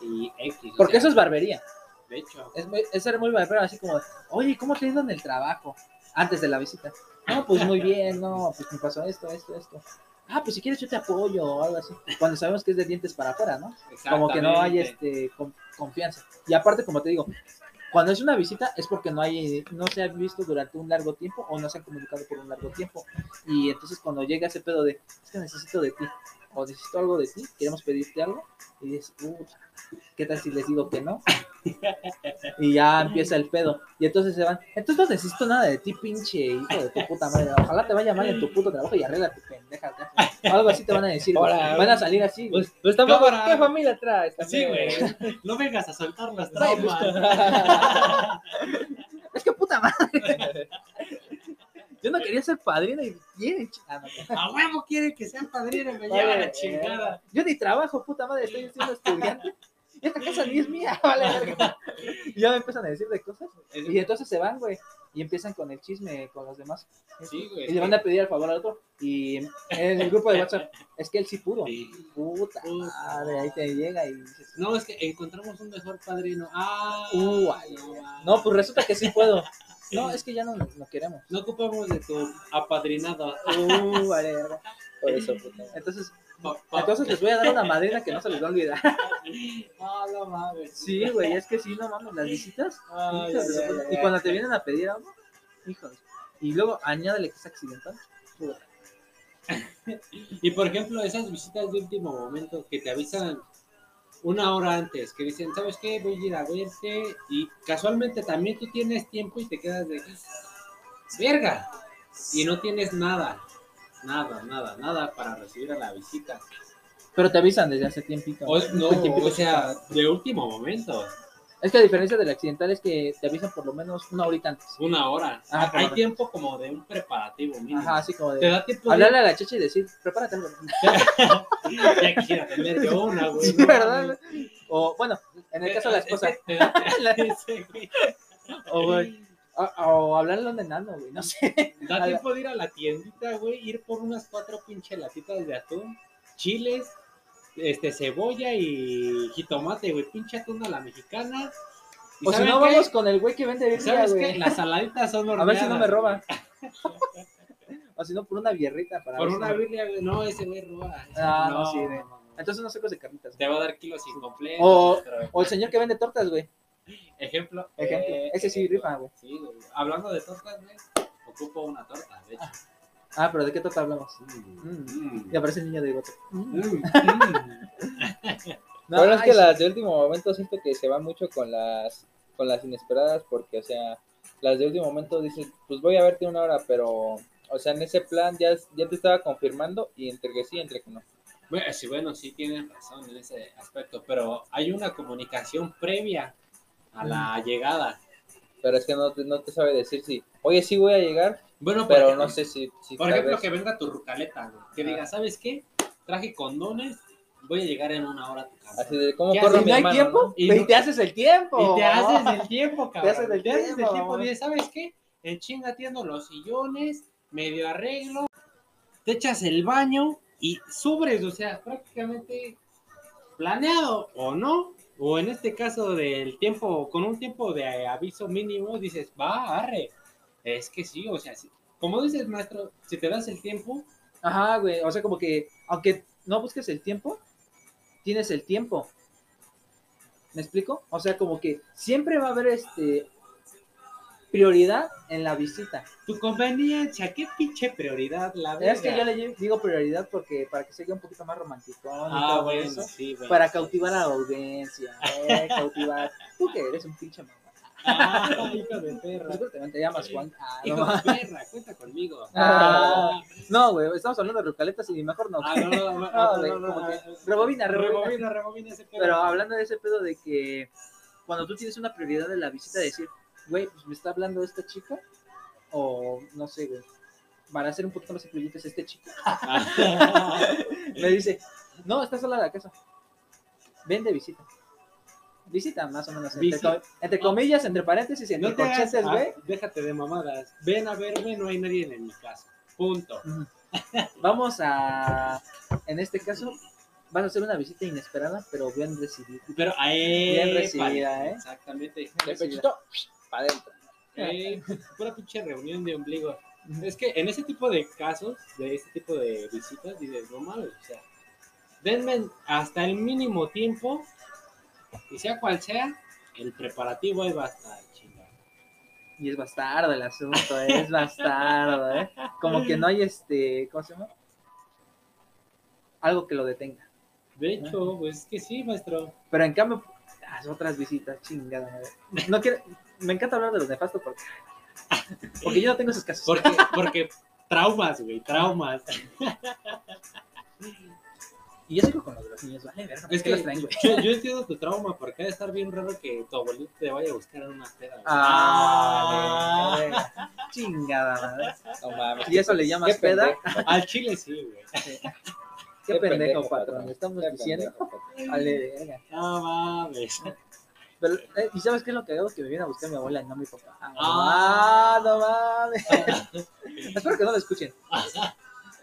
[SPEAKER 4] y X. o
[SPEAKER 2] Porque
[SPEAKER 4] sea,
[SPEAKER 2] eso es barbería.
[SPEAKER 4] De hecho,
[SPEAKER 2] Es, muy, es ser muy barbero, así como, oye, ¿cómo te ha ido en el trabajo? Antes de la visita. No, pues muy bien, no, pues me pasó esto, esto, esto. Ah, pues si quieres yo te apoyo o algo así. Cuando sabemos que es de dientes para afuera, ¿no? como que no hay
[SPEAKER 4] exactamente.
[SPEAKER 2] este con- confianza. Y aparte, como te digo, cuando es una visita es porque no hay no se ha visto durante un largo tiempo o no se han comunicado por un largo tiempo. Y entonces cuando llega ese pedo de, es que necesito de ti o necesito algo de ti, queremos pedirte algo y dices, "Uh, ¿qué tal si les digo que no? Y ya empieza el pedo. Y entonces se van, entonces no necesito nada de ti, pinche hijo de tu puta madre. Ojalá te vaya mal en tu puto trabajo y arregla tu pendeja. acá". O algo así te van a decir. güey.
[SPEAKER 3] Ahora,
[SPEAKER 2] van a salir así. güey.
[SPEAKER 3] Pues, pues tampoco,
[SPEAKER 4] Cámara.
[SPEAKER 3] ¿qué familia traes?
[SPEAKER 4] Sí,
[SPEAKER 3] también?
[SPEAKER 2] [LAUGHS]
[SPEAKER 4] güey. No vengas a soltar las
[SPEAKER 2] Trae, [LAUGHS]
[SPEAKER 4] traumas.
[SPEAKER 2] Es que puta madre. Yo no quería ser padrino y bien. ch- ah, no.
[SPEAKER 4] A huevo quiere que sea padrino, me
[SPEAKER 3] Vale,
[SPEAKER 4] lleva la
[SPEAKER 3] eh.
[SPEAKER 4] chingada.
[SPEAKER 2] Yo ni trabajo, puta madre, estoy siendo estudiante. Y esta casa ni es mía, [LAUGHS] vale. verga. Y ya me empiezan a decir de cosas.
[SPEAKER 4] Es-
[SPEAKER 2] Y entonces se van, güey. Y empiezan con el chisme con los demás.
[SPEAKER 4] Sí, güey.
[SPEAKER 2] Y le van a pedir al favor al otro. Y en el grupo de WhatsApp, es que él sí pudo. Puta
[SPEAKER 4] Puta.
[SPEAKER 2] madre, ahí te llega y dices,
[SPEAKER 4] No, es que encontramos un mejor padrino. Ah,
[SPEAKER 2] Uh, ay,
[SPEAKER 4] no,
[SPEAKER 2] no, pues resulta que sí puedo. No, es que ya no, no queremos.
[SPEAKER 4] No ocupamos de tu apadrinado.
[SPEAKER 2] [LAUGHS] Uh, vale, verga.
[SPEAKER 3] Por eso, pues, puta.
[SPEAKER 2] Entonces,
[SPEAKER 4] Pa- pa-
[SPEAKER 2] Entonces les voy a dar una madrina que no se les va a olvidar.
[SPEAKER 4] Ah, no mames.
[SPEAKER 2] [LAUGHS] Sí, güey, es que sí, no mames, las visitas.
[SPEAKER 4] Ay,
[SPEAKER 2] hijo de su
[SPEAKER 4] ay,
[SPEAKER 2] puta-
[SPEAKER 4] ay,
[SPEAKER 2] y cuando te vienen a pedir algo, hijos. Y luego añádale que es accidental.
[SPEAKER 4] Y por ejemplo, esas visitas de último momento que te avisan una hora antes, que dicen, ¿sabes qué? Voy a ir a verte. Y casualmente también tú tienes tiempo y te quedas de. ¡Verga! Y no tienes nada, nada, nada, nada para recibir a la visita.
[SPEAKER 2] Pero te avisan desde hace tiempito.
[SPEAKER 4] O, no, o sea, de último momento,
[SPEAKER 2] Es que a diferencia del accidental es que te avisan por lo menos una horita antes.
[SPEAKER 4] una hora.
[SPEAKER 2] Ah,
[SPEAKER 4] Hay
[SPEAKER 2] claro.
[SPEAKER 4] tiempo como de un preparativo mínimo.
[SPEAKER 2] Ajá, así como
[SPEAKER 4] Te
[SPEAKER 2] de...
[SPEAKER 4] da tiempo de.
[SPEAKER 2] Hablarle a la checha y decir, prepárate
[SPEAKER 4] [LAUGHS]
[SPEAKER 2] algo.
[SPEAKER 4] Ya quisiera tener yo una, güey.
[SPEAKER 2] Sí,
[SPEAKER 4] no
[SPEAKER 2] ¿verdad?
[SPEAKER 4] mames. eh,
[SPEAKER 2] O bueno, en el caso de la
[SPEAKER 4] Es que
[SPEAKER 2] esposa.
[SPEAKER 4] te da- [LAUGHS] Sí, güey.
[SPEAKER 2] [LAUGHS] O, güey,
[SPEAKER 4] eh.
[SPEAKER 2] o- o hablarle a un enano, güey, no sé. A
[SPEAKER 4] Da
[SPEAKER 2] la-
[SPEAKER 4] tiempo de ir a la tiendita, güey, ir por unas cuatro pinche latitas de atún, chiles, este, cebolla y jitomate, güey, pinche atún a la mexicana. ¿Y
[SPEAKER 2] O si
[SPEAKER 4] saben
[SPEAKER 2] no,
[SPEAKER 4] qué?
[SPEAKER 2] vamos con el güey que vende birria,
[SPEAKER 4] ¿Sabes qué?
[SPEAKER 2] güey.
[SPEAKER 4] Las saladitas son
[SPEAKER 2] [LAUGHS] A ver si no me
[SPEAKER 4] horneadas,
[SPEAKER 2] roba. O si no, por una birrita para
[SPEAKER 4] güey. Por
[SPEAKER 2] ver si
[SPEAKER 4] una
[SPEAKER 2] no-
[SPEAKER 4] birria, güey, no, ese güey roba. ese
[SPEAKER 2] Ah, no,
[SPEAKER 4] no,
[SPEAKER 2] sí, de-
[SPEAKER 4] no, no, no.
[SPEAKER 2] Entonces unos secos de carnitas.
[SPEAKER 4] Te va a dar kilos incompletos.
[SPEAKER 2] O-
[SPEAKER 4] pero-
[SPEAKER 2] O el señor que vende tortas, güey.
[SPEAKER 4] Ejemplo.
[SPEAKER 2] Ejemplo.
[SPEAKER 4] eh,
[SPEAKER 2] Ese sí
[SPEAKER 4] ejemplo.
[SPEAKER 2] rifa, güey.
[SPEAKER 4] Sí, güey. Hablando de tortas, güey, ocupo una torta, de hecho.
[SPEAKER 2] Ah, pero ¿de qué torta hablamos?
[SPEAKER 4] Mm,
[SPEAKER 2] Y aparece el niño de bigote.
[SPEAKER 4] mm, mm.
[SPEAKER 2] No,
[SPEAKER 3] Bueno, es
[SPEAKER 2] ay,
[SPEAKER 3] que
[SPEAKER 2] sí.
[SPEAKER 3] las de último momento siento que se va mucho con las con las inesperadas porque, o sea, las de último momento dices, pues voy a verte una hora, pero, o sea, en ese plan ya, ya te estaba confirmando y entre que sí, entre que no.
[SPEAKER 4] Bueno, sí, bueno, sí tienen razón en ese aspecto, pero hay una comunicación previa a la llegada.
[SPEAKER 3] Pero es que no te, no te sabe decir si, oye, sí voy a llegar,
[SPEAKER 4] Bueno, por
[SPEAKER 3] pero
[SPEAKER 4] ejemplo,
[SPEAKER 3] no sé si... si
[SPEAKER 4] Por
[SPEAKER 3] tal
[SPEAKER 4] ejemplo,
[SPEAKER 3] vez-
[SPEAKER 4] que venga tu rucaleta, güey, que
[SPEAKER 3] Ah.
[SPEAKER 4] diga, ¿sabes qué? Traje condones, voy a llegar en una hora a tu casa.
[SPEAKER 3] Así de, ¿cómo
[SPEAKER 4] ¿Qué
[SPEAKER 3] corro
[SPEAKER 4] haces?
[SPEAKER 3] a
[SPEAKER 2] Si
[SPEAKER 3] mi
[SPEAKER 2] no hay
[SPEAKER 3] hermano,
[SPEAKER 2] tiempo,
[SPEAKER 3] no?
[SPEAKER 4] Y
[SPEAKER 2] ve y
[SPEAKER 4] no-
[SPEAKER 2] te haces el tiempo.
[SPEAKER 4] Y te haces el tiempo,
[SPEAKER 2] Oh.
[SPEAKER 4] cabrón.
[SPEAKER 2] haces el tiempo, mamón.
[SPEAKER 4] dices, ¿sabes qué? En chinga atiendo los sillones, medio arreglo, te echas el baño y sobres, o sea, prácticamente planeado o no, o en este caso del tiempo, con un tiempo de eh, aviso mínimo, dices, va, arre. Es que sí, o sea, sí. como dices, maestro, si te das el tiempo,
[SPEAKER 2] Ajá, güey. O sea, como que, aunque no busques el tiempo, tienes el tiempo. ¿Me explico? O sea, como que siempre va a haber este prioridad en la visita.
[SPEAKER 4] tu conveniencia, qué pinche prioridad la
[SPEAKER 2] Es que
[SPEAKER 4] verga.
[SPEAKER 2] yo le lle- digo prioridad porque para que se vea un poquito más romántico.
[SPEAKER 4] Ah, bueno, sí, bueno.
[SPEAKER 2] Para cautivar a la audiencia. eh, cautivar. Tú que eres un pinche mamá.
[SPEAKER 4] Ah, hijo de perra.
[SPEAKER 2] Seguramente te llamas Juan.
[SPEAKER 4] [LAUGHS]
[SPEAKER 2] Ah, no,
[SPEAKER 4] Hijo
[SPEAKER 2] ma-
[SPEAKER 4] de perra, cuenta conmigo.
[SPEAKER 2] [LAUGHS] Ah. no, güey, estamos hablando de rucaletas y mejor no.
[SPEAKER 4] Ah, no, no, no,
[SPEAKER 2] No,
[SPEAKER 4] no,
[SPEAKER 2] güey,
[SPEAKER 4] no, no,
[SPEAKER 2] como
[SPEAKER 4] no,
[SPEAKER 2] que
[SPEAKER 4] no.
[SPEAKER 2] rebobina, rebobina.
[SPEAKER 4] rebobina, rebobina ese pedo.
[SPEAKER 2] Pero hablando de ese pedo de que cuando tú tienes una prioridad de la visita, decir, güey, pues me está hablando esta chica, o no sé, güey, para ser un poquito más incluyentes, este
[SPEAKER 4] [LAUGHS]
[SPEAKER 2] chico me dice, no, está sola la casa, ven de visita. Visita, más o menos, entre,
[SPEAKER 4] Visita.
[SPEAKER 2] co- entre comillas, entre paréntesis, entre
[SPEAKER 4] no te hagas-
[SPEAKER 2] corchetes,
[SPEAKER 4] ah,
[SPEAKER 2] güey.
[SPEAKER 4] déjate de mamadas. Ven a verme, no hay nadie en mi casa. Punto.
[SPEAKER 2] Ujú. Vamos a, en este caso, vas a hacer una visita inesperada, pero bien recibida.
[SPEAKER 4] Pero, eh,
[SPEAKER 2] Bien recibida,
[SPEAKER 4] pare-
[SPEAKER 2] ¿eh?
[SPEAKER 4] Exactamente.
[SPEAKER 3] De pechito, para adentro.
[SPEAKER 4] Eh, pura pinche reunión de ombligo. Es que en ese tipo de casos, de ese tipo de visitas, dices, no mames, o sea, denme hasta el mínimo tiempo, y sea cual sea, el preparativo ahí va a estar, chingada.
[SPEAKER 2] Y es bastardo el asunto, ¿eh? es bastardo, ¿eh? Como que no hay este, ¿cómo se llama? Algo que lo detenga.
[SPEAKER 4] De hecho, pues es que sí, maestro.
[SPEAKER 2] Pero en cambio, las otras visitas, chingada madre. No quiero, me encanta hablar de los nefastos porque, porque yo no tengo esos casos.
[SPEAKER 4] Porque, porque traumas, güey, traumas.
[SPEAKER 2] Y yo sigo con los de los niños, vale, verga, ¿por
[SPEAKER 4] Es
[SPEAKER 2] qué
[SPEAKER 4] que
[SPEAKER 2] los traen, güey?
[SPEAKER 4] yo, yo entiendo tu trauma, porque ha de estar bien raro que tu abuelito te vaya a buscar en una peda. güey.
[SPEAKER 2] Ah, verga, verga. chingada madre.
[SPEAKER 3] No mames.
[SPEAKER 2] Y eso le llamas peda.
[SPEAKER 3] pendejo,
[SPEAKER 4] Al chile sí, güey. [LAUGHS]
[SPEAKER 2] Qué, pendejo, patrón,
[SPEAKER 3] patrón,
[SPEAKER 2] estamos
[SPEAKER 3] qué
[SPEAKER 2] diciendo.
[SPEAKER 3] pendejo, patrón.
[SPEAKER 2] Vale, verga.
[SPEAKER 4] No Ah, mames. [LAUGHS]
[SPEAKER 2] Pero, eh, ¿Y sabes qué es lo que hago? Que me viene a buscar mi abuela y no mi papá.
[SPEAKER 4] Ah.
[SPEAKER 2] Ah, no mames. [LAUGHS] Espero que no lo escuchen.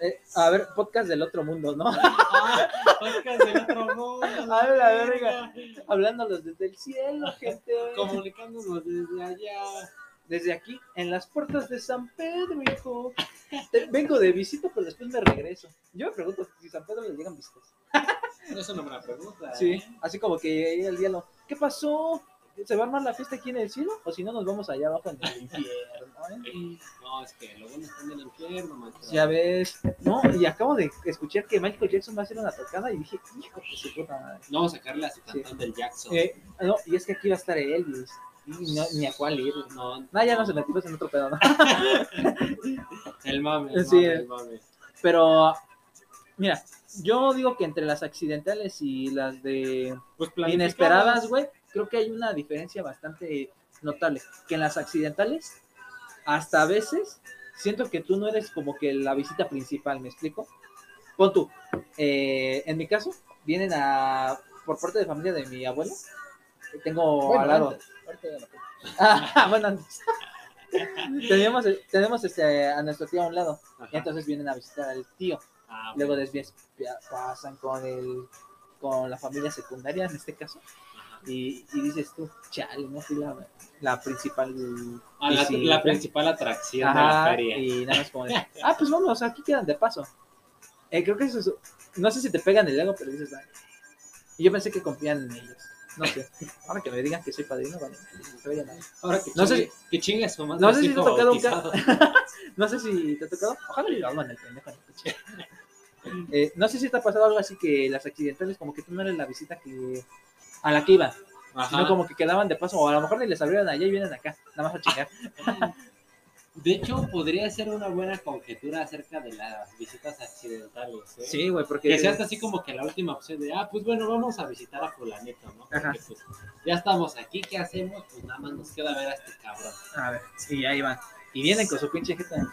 [SPEAKER 2] Eh, a ver, podcast del otro mundo, ¿no?
[SPEAKER 4] Ah, podcast del otro mundo.
[SPEAKER 2] A [LAUGHS] la verga. Hablándolos desde el cielo, gente.
[SPEAKER 4] Comunicándonos desde allá.
[SPEAKER 2] Desde aquí, en las puertas de San Pedro, hijo. Te- vengo de visita, pero después me regreso. Yo me pregunto si San Pedro le llegan vistas.
[SPEAKER 4] Es una buena pregunta. ¿eh?
[SPEAKER 2] Sí, así como que ahí el diálogo, ¿qué pasó? ¿Se va a armar la fiesta aquí en el cielo? O si no, nos vamos allá abajo en el infierno. ¿eh?
[SPEAKER 4] No, es que luego nos ponen el infierno, maestro.
[SPEAKER 2] Ya ves. No, y acabo de escuchar que Michael Jackson va a hacer una tocada y dije, hijo de su puta madre.
[SPEAKER 4] No, sacarle a su cantante el Jackson.
[SPEAKER 2] Eh, no, y es que aquí va a estar Elvis. Y no- ni a cuál ir.
[SPEAKER 4] No,
[SPEAKER 2] No, ya no se metimos en otro pedo, ¿no? [LAUGHS]
[SPEAKER 4] el mame, el
[SPEAKER 2] Sí,
[SPEAKER 4] mame,
[SPEAKER 2] eh.
[SPEAKER 4] el mame.
[SPEAKER 2] Pero, mira, yo digo que entre las accidentales y las de
[SPEAKER 4] Pues
[SPEAKER 2] inesperadas, güey, creo que hay una diferencia bastante notable. Que en las accidentales, hasta a veces, siento que tú no eres como que la visita principal, ¿me explico? Pon tú, eh, en mi caso, vienen a, por parte de familia de mi abuela, que tengo
[SPEAKER 3] Bueno,
[SPEAKER 2] al lado.
[SPEAKER 3] antes, ahorita ya no.
[SPEAKER 2] [LAUGHS] Ah, bueno, antes. [LAUGHS] tenemos, tenemos este, a nuestro tío a un lado, y entonces vienen a visitar al tío.
[SPEAKER 4] Ah,
[SPEAKER 2] Luego desvías ya pasan con el con la familia secundaria en este caso
[SPEAKER 4] Ajá.
[SPEAKER 2] y, y dices tú, chale, no fui la, la principal del-
[SPEAKER 4] Ah,
[SPEAKER 2] y
[SPEAKER 4] la,
[SPEAKER 2] sí,
[SPEAKER 4] la
[SPEAKER 2] pues.
[SPEAKER 4] principal atracción de la
[SPEAKER 2] Ajá,
[SPEAKER 4] feria.
[SPEAKER 2] y nada más como de, ah, pues vamos, aquí quedan de paso. Eh, creo que eso es, no sé si te pegan el ego, pero dices, vale. Y yo pensé que confían en ellos. No sé, ahora que me digan que soy padrino, vale, que vayan a-
[SPEAKER 4] Ahora que
[SPEAKER 2] No
[SPEAKER 4] chingue,
[SPEAKER 2] sé-
[SPEAKER 4] que chingue a su madre.
[SPEAKER 2] no sé si
[SPEAKER 4] hijo
[SPEAKER 2] te ha tocado un [LAUGHS]
[SPEAKER 4] bautizado.
[SPEAKER 2] No sé si te ha tocado. Ojalá le hagan el pendejo en el coche. [LAUGHS] Eh, no sé si te ha pasado algo así que las accidentales, como que tú no eres la visita que a la que iban,
[SPEAKER 4] Ajá.
[SPEAKER 2] sino como que quedaban de paso, o a lo mejor ni les abrieron allá y vienen acá, nada más a chingar.
[SPEAKER 4] De hecho, podría ser una buena conjetura acerca de las visitas accidentales. ¿eh?
[SPEAKER 2] Sí, güey, porque.
[SPEAKER 4] Que sea hasta así como que la última opción de, ah, pues bueno, vamos a visitar a fulanito, ¿no? Porque
[SPEAKER 2] Ajá.
[SPEAKER 4] pues ya estamos aquí, ¿qué hacemos? Pues nada más nos queda ver a este cabrón.
[SPEAKER 2] A ver, y ahí van. Y vienen con su pinche jeta.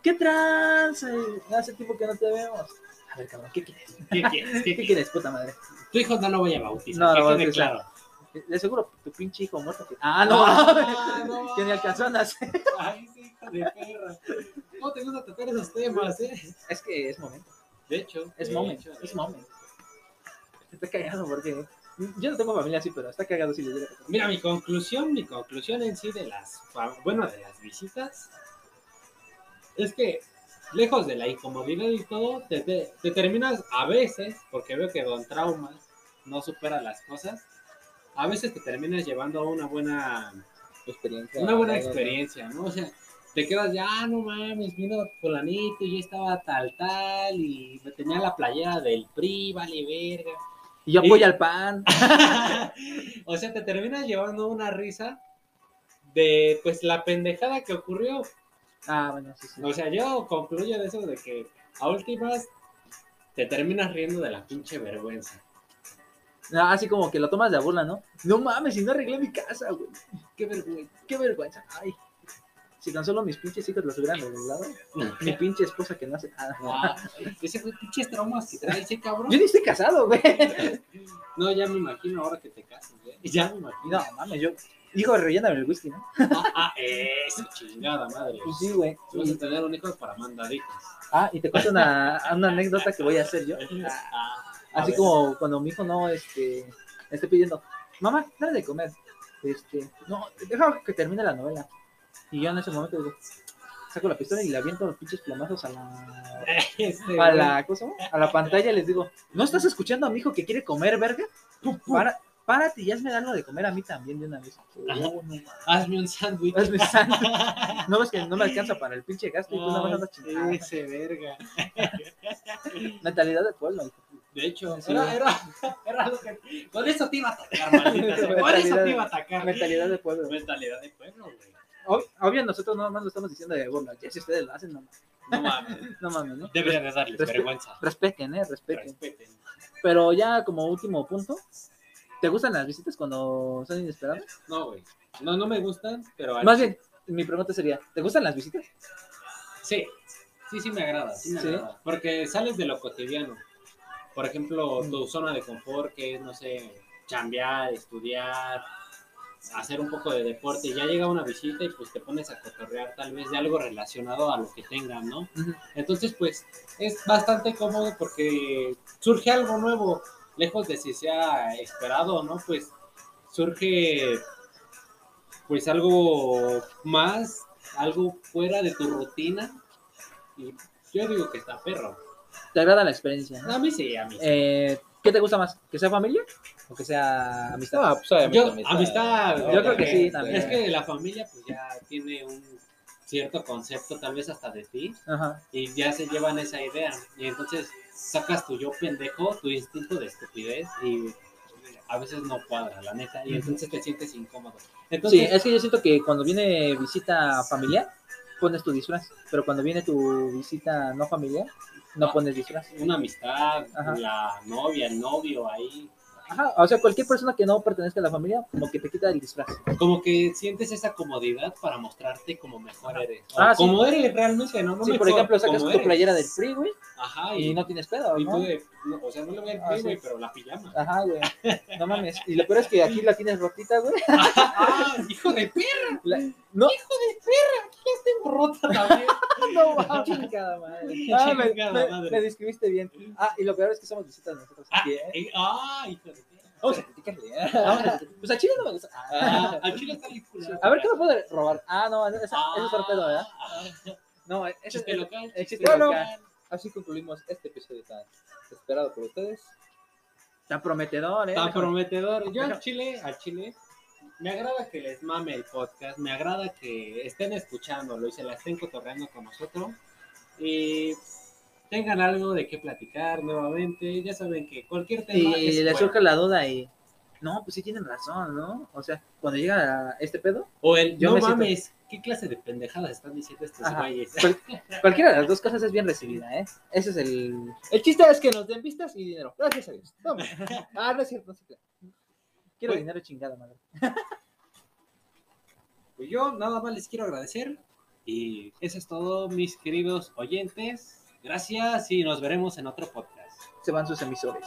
[SPEAKER 2] ¿Qué trans? eh? Hace tiempo que no te vemos. A ver, cabrón, ¿qué quieres?
[SPEAKER 4] ¿Qué
[SPEAKER 2] [LAUGHS]
[SPEAKER 4] quieres? ¿Qué
[SPEAKER 2] ¿Qué
[SPEAKER 4] quieres?
[SPEAKER 2] quieres, puta madre?
[SPEAKER 4] Tu hijo no lo vaya a bautizar.
[SPEAKER 2] No
[SPEAKER 4] que
[SPEAKER 2] lo va a
[SPEAKER 4] quede
[SPEAKER 2] bautizar.
[SPEAKER 4] claro.
[SPEAKER 2] De seguro, tu pinche hijo muerto. que- Ah, no, [LAUGHS]
[SPEAKER 4] Ah, no.
[SPEAKER 2] que ni alcanzó a nacer.
[SPEAKER 4] Ay, sí, hijo de perra. No te gusta tocar esos temas, ¿eh?
[SPEAKER 2] Es que es momento.
[SPEAKER 4] De hecho.
[SPEAKER 2] Es
[SPEAKER 4] de
[SPEAKER 2] moment,
[SPEAKER 4] hecho, de
[SPEAKER 2] es
[SPEAKER 4] hecho.
[SPEAKER 2] moment. Está cagado porque yo no tengo familia así, pero está cagado si les digo.
[SPEAKER 4] Mira, mi conclusión, mi conclusión en sí de las, fa- bueno, de las visitas, es que lejos de la incomodidad y todo, te, te- te terminas a veces, porque veo que Don Traumas no supera las cosas, a veces te terminas llevando a una buena,
[SPEAKER 3] Experiencia.
[SPEAKER 4] una buena
[SPEAKER 3] algo, ¿no?
[SPEAKER 4] experiencia, ¿no? O sea, te quedas ya, ah, no mames, vino fulanito y yo estaba tal, tal, y tenía la playera del PRI, vale verga.
[SPEAKER 2] Y yo
[SPEAKER 4] Y-
[SPEAKER 2] apoyo al pan.
[SPEAKER 4] o sea, te terminas llevando una risa de pues la pendejada que ocurrió.
[SPEAKER 2] Ah, bueno, sí, sí.
[SPEAKER 4] O sea, yo concluyo de eso de que a últimas te terminas riendo de la pinche vergüenza.
[SPEAKER 2] No, Ah, así como que lo tomas de a burla, ¿no? No mames, si no arreglé mi casa, güey. Qué vergüenza, qué vergüenza. Ay. Si tan solo mis pinches hijos los hubieran arreglado. Mi pinche esposa que no hace nada.
[SPEAKER 4] Guau, Ese güey, pinches traumas que trae ese [LAUGHS] cabrón.
[SPEAKER 2] Yo ni estoy casado, güey.
[SPEAKER 4] No, ya me imagino ahora que te casas, güey. [LAUGHS] Ya me imagino.
[SPEAKER 2] No, mames, yo. Hijo, relléname el whisky, ¿no?
[SPEAKER 4] Ah, ah, eso, chingada madre.
[SPEAKER 2] Pues sí, güey.
[SPEAKER 4] Vas a
[SPEAKER 2] Y-
[SPEAKER 4] tener un hijo para mandaditos.
[SPEAKER 2] ah, y te cuento una, una anécdota que voy a hacer yo.
[SPEAKER 4] Ah, a
[SPEAKER 2] Así
[SPEAKER 4] ver.
[SPEAKER 2] como cuando mi hijo no este, esté pidiendo, mamá, dale de comer. Este, no, deja que termine la novela. Y yo en ese momento digo, saco la pistola y le aviento los pinches plomazos a la,
[SPEAKER 4] Este,
[SPEAKER 2] a
[SPEAKER 4] güey.
[SPEAKER 2] la, ¿cómo se llama? A la pantalla y les digo, ¿no estás escuchando a mi hijo que quiere comer, verga? Para, párate y hazme algo de comer a mí también de una vez. Oh,
[SPEAKER 4] Ajá.
[SPEAKER 2] No, no, [LAUGHS]
[SPEAKER 4] Hazme un sándwich.
[SPEAKER 2] Hazme sándwich. no ves que no me alcanza para el pinche gasto y tú pues nada más andas chingando.
[SPEAKER 4] Ay, ese verga.
[SPEAKER 2] Mentalidad de pueblo, hijo.
[SPEAKER 4] De hecho,
[SPEAKER 2] Sí.
[SPEAKER 4] era, era, era lo que. Con eso te iba a atacar, [LAUGHS]
[SPEAKER 2] [LAUGHS]
[SPEAKER 4] maldita sea. Con eso te iba a atacar.
[SPEAKER 2] mentalidad de pueblo.
[SPEAKER 4] Mentalidad de pueblo, güey.
[SPEAKER 2] Ob- Obvio, nosotros no más lo estamos diciendo de burla. Ya si ustedes lo hacen, no, mames,
[SPEAKER 4] No mames.
[SPEAKER 2] no mames, ¿no?
[SPEAKER 4] [LAUGHS] Deberían de darles
[SPEAKER 2] Respe-
[SPEAKER 4] vergüenza.
[SPEAKER 2] Respeten, ¿eh? Respeten.
[SPEAKER 4] Respeten.
[SPEAKER 2] Pero ya como último punto, ¿te gustan las visitas cuando son inesperadas?
[SPEAKER 4] No, güey. No, no me gustan, pero. al-
[SPEAKER 2] Más bien, mi pregunta sería, ¿te gustan las visitas?
[SPEAKER 4] Sí. Sí, sí me agrada. Sí, me
[SPEAKER 2] Sí.
[SPEAKER 4] agrada. Porque sales de lo cotidiano. Por ejemplo,
[SPEAKER 2] Mm.
[SPEAKER 4] tu zona de confort, que es, no sé, chambear, estudiar, hacer un poco de deporte. Ya llega una visita y pues te pones a cotorrear, tal vez de algo relacionado a lo que tengan, ¿no? Entonces, pues es bastante cómodo porque surge algo nuevo, lejos de si sea esperado, ¿no? Pues surge pues algo más, algo fuera de tu rutina. Y yo digo que está perro.
[SPEAKER 2] te agrada la experiencia. ¿no?
[SPEAKER 4] A mí sí, a mí sí.
[SPEAKER 2] Eh, ¿Qué te gusta más? ¿Que sea familia o que sea amistad?
[SPEAKER 3] Ah, pues obviamente
[SPEAKER 4] Yo- amistad,
[SPEAKER 3] ¿no?
[SPEAKER 2] yo creo que sí,
[SPEAKER 3] Obviamente.
[SPEAKER 2] también.
[SPEAKER 4] Es que la familia pues ya tiene un cierto concepto tal vez hasta de ti
[SPEAKER 2] Ajá.
[SPEAKER 4] y ya se llevan esa idea y entonces sacas tu yo pendejo, tu instinto de estupidez y a veces no cuadra, la neta, y entonces te sientes incómodo. Entonces,
[SPEAKER 2] sí, es que yo siento que cuando viene visita familiar, pones tu disfraz. Pero cuando viene tu visita no familiar, no,
[SPEAKER 4] No.
[SPEAKER 2] pones disfraz.
[SPEAKER 4] una amistad,
[SPEAKER 2] Ajá.
[SPEAKER 4] la novia, el novio ahí,
[SPEAKER 2] Ajá. O sea, cualquier persona que no pertenezca a la familia, como que te quita el disfraz.
[SPEAKER 4] como que sientes esa comodidad para mostrarte como mejor eres. O
[SPEAKER 2] Ah, sí.
[SPEAKER 4] como eres realmente, ¿no? No
[SPEAKER 2] si,
[SPEAKER 4] me
[SPEAKER 2] por
[SPEAKER 4] co-
[SPEAKER 2] ejemplo, sacas
[SPEAKER 4] como
[SPEAKER 2] tu
[SPEAKER 4] eres.
[SPEAKER 2] playera del free, güey,
[SPEAKER 4] Ajá, y,
[SPEAKER 2] y no tienes pedo,
[SPEAKER 4] y
[SPEAKER 2] ¿no?
[SPEAKER 4] tú de- no, o sea, no le voy a
[SPEAKER 2] Ah, sí.
[SPEAKER 4] güey, pero la pijama.
[SPEAKER 2] Ajá, güey. No mames. Y lo peor es que aquí la tienes rotita, güey.
[SPEAKER 4] ¡Ah, hijo de perra!
[SPEAKER 2] No,
[SPEAKER 4] Tengo rota también.
[SPEAKER 2] no, mames. Chingada madre. Ah, me,
[SPEAKER 4] Chingada
[SPEAKER 2] me-
[SPEAKER 4] madre.
[SPEAKER 2] me describiste bien. Ah, y lo peor es que somos visitas nosotros
[SPEAKER 4] Ah,
[SPEAKER 2] aquí, ¿eh?
[SPEAKER 4] eh, ah, hijo de perra.
[SPEAKER 2] Vamos a criticarle. ¿eh?
[SPEAKER 3] ah,
[SPEAKER 2] Vamos a [LAUGHS] criticarle. Pues a Chile no me gusta.
[SPEAKER 4] Ah, al chile está bien culero.
[SPEAKER 2] A ver, ¿qué me puede robar? Ah, no, esa- esa-
[SPEAKER 4] Ah,
[SPEAKER 2] eso es otro pedo, ¿verdad?
[SPEAKER 4] ah,
[SPEAKER 2] No, ese-
[SPEAKER 4] Chiste local.
[SPEAKER 2] el chiste
[SPEAKER 3] Bueno,
[SPEAKER 2] local.
[SPEAKER 3] así concluimos este episodio tan esperado por ustedes.
[SPEAKER 2] Está prometedor, ¿eh?
[SPEAKER 4] Está
[SPEAKER 2] Mejor-
[SPEAKER 4] prometedor. Yo al chile, al chile, me agrada que les mame el podcast, me agrada que estén escuchándolo y se la estén cotorreando con nosotros. Y tengan algo de qué platicar nuevamente. Ya saben que cualquier tema. es
[SPEAKER 2] Y le
[SPEAKER 4] bueno.
[SPEAKER 2] surge la duda y... No, pues sí tienen razón, ¿no? O sea, cuando llega este pedo,
[SPEAKER 4] O el,
[SPEAKER 2] Yo
[SPEAKER 4] no
[SPEAKER 2] me siento-
[SPEAKER 4] mames, ¿qué clase de pendejadas están diciendo estos
[SPEAKER 2] Ajá.
[SPEAKER 4] güeyes?
[SPEAKER 3] [LAUGHS]
[SPEAKER 2] cual- cualquiera de las dos cosas es bien recibida, ¿eh? Ese es el...
[SPEAKER 3] El chiste es que nos den vistas y dinero. Gracias a Dios.
[SPEAKER 2] [LAUGHS]
[SPEAKER 3] Toma. Ah, no es cierto, no se crean.
[SPEAKER 2] Quiero
[SPEAKER 4] Pues-
[SPEAKER 2] dinero chingada, madre.
[SPEAKER 4] Pues yo nada más les quiero agradecer. Y eso es todo, mis queridos oyentes. Gracias y nos veremos en otro podcast.
[SPEAKER 2] Se van sus emisores.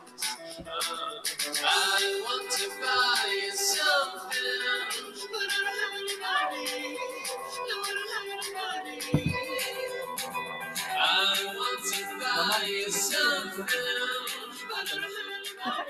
[SPEAKER 6] I want to buy you something, but I don't have any money.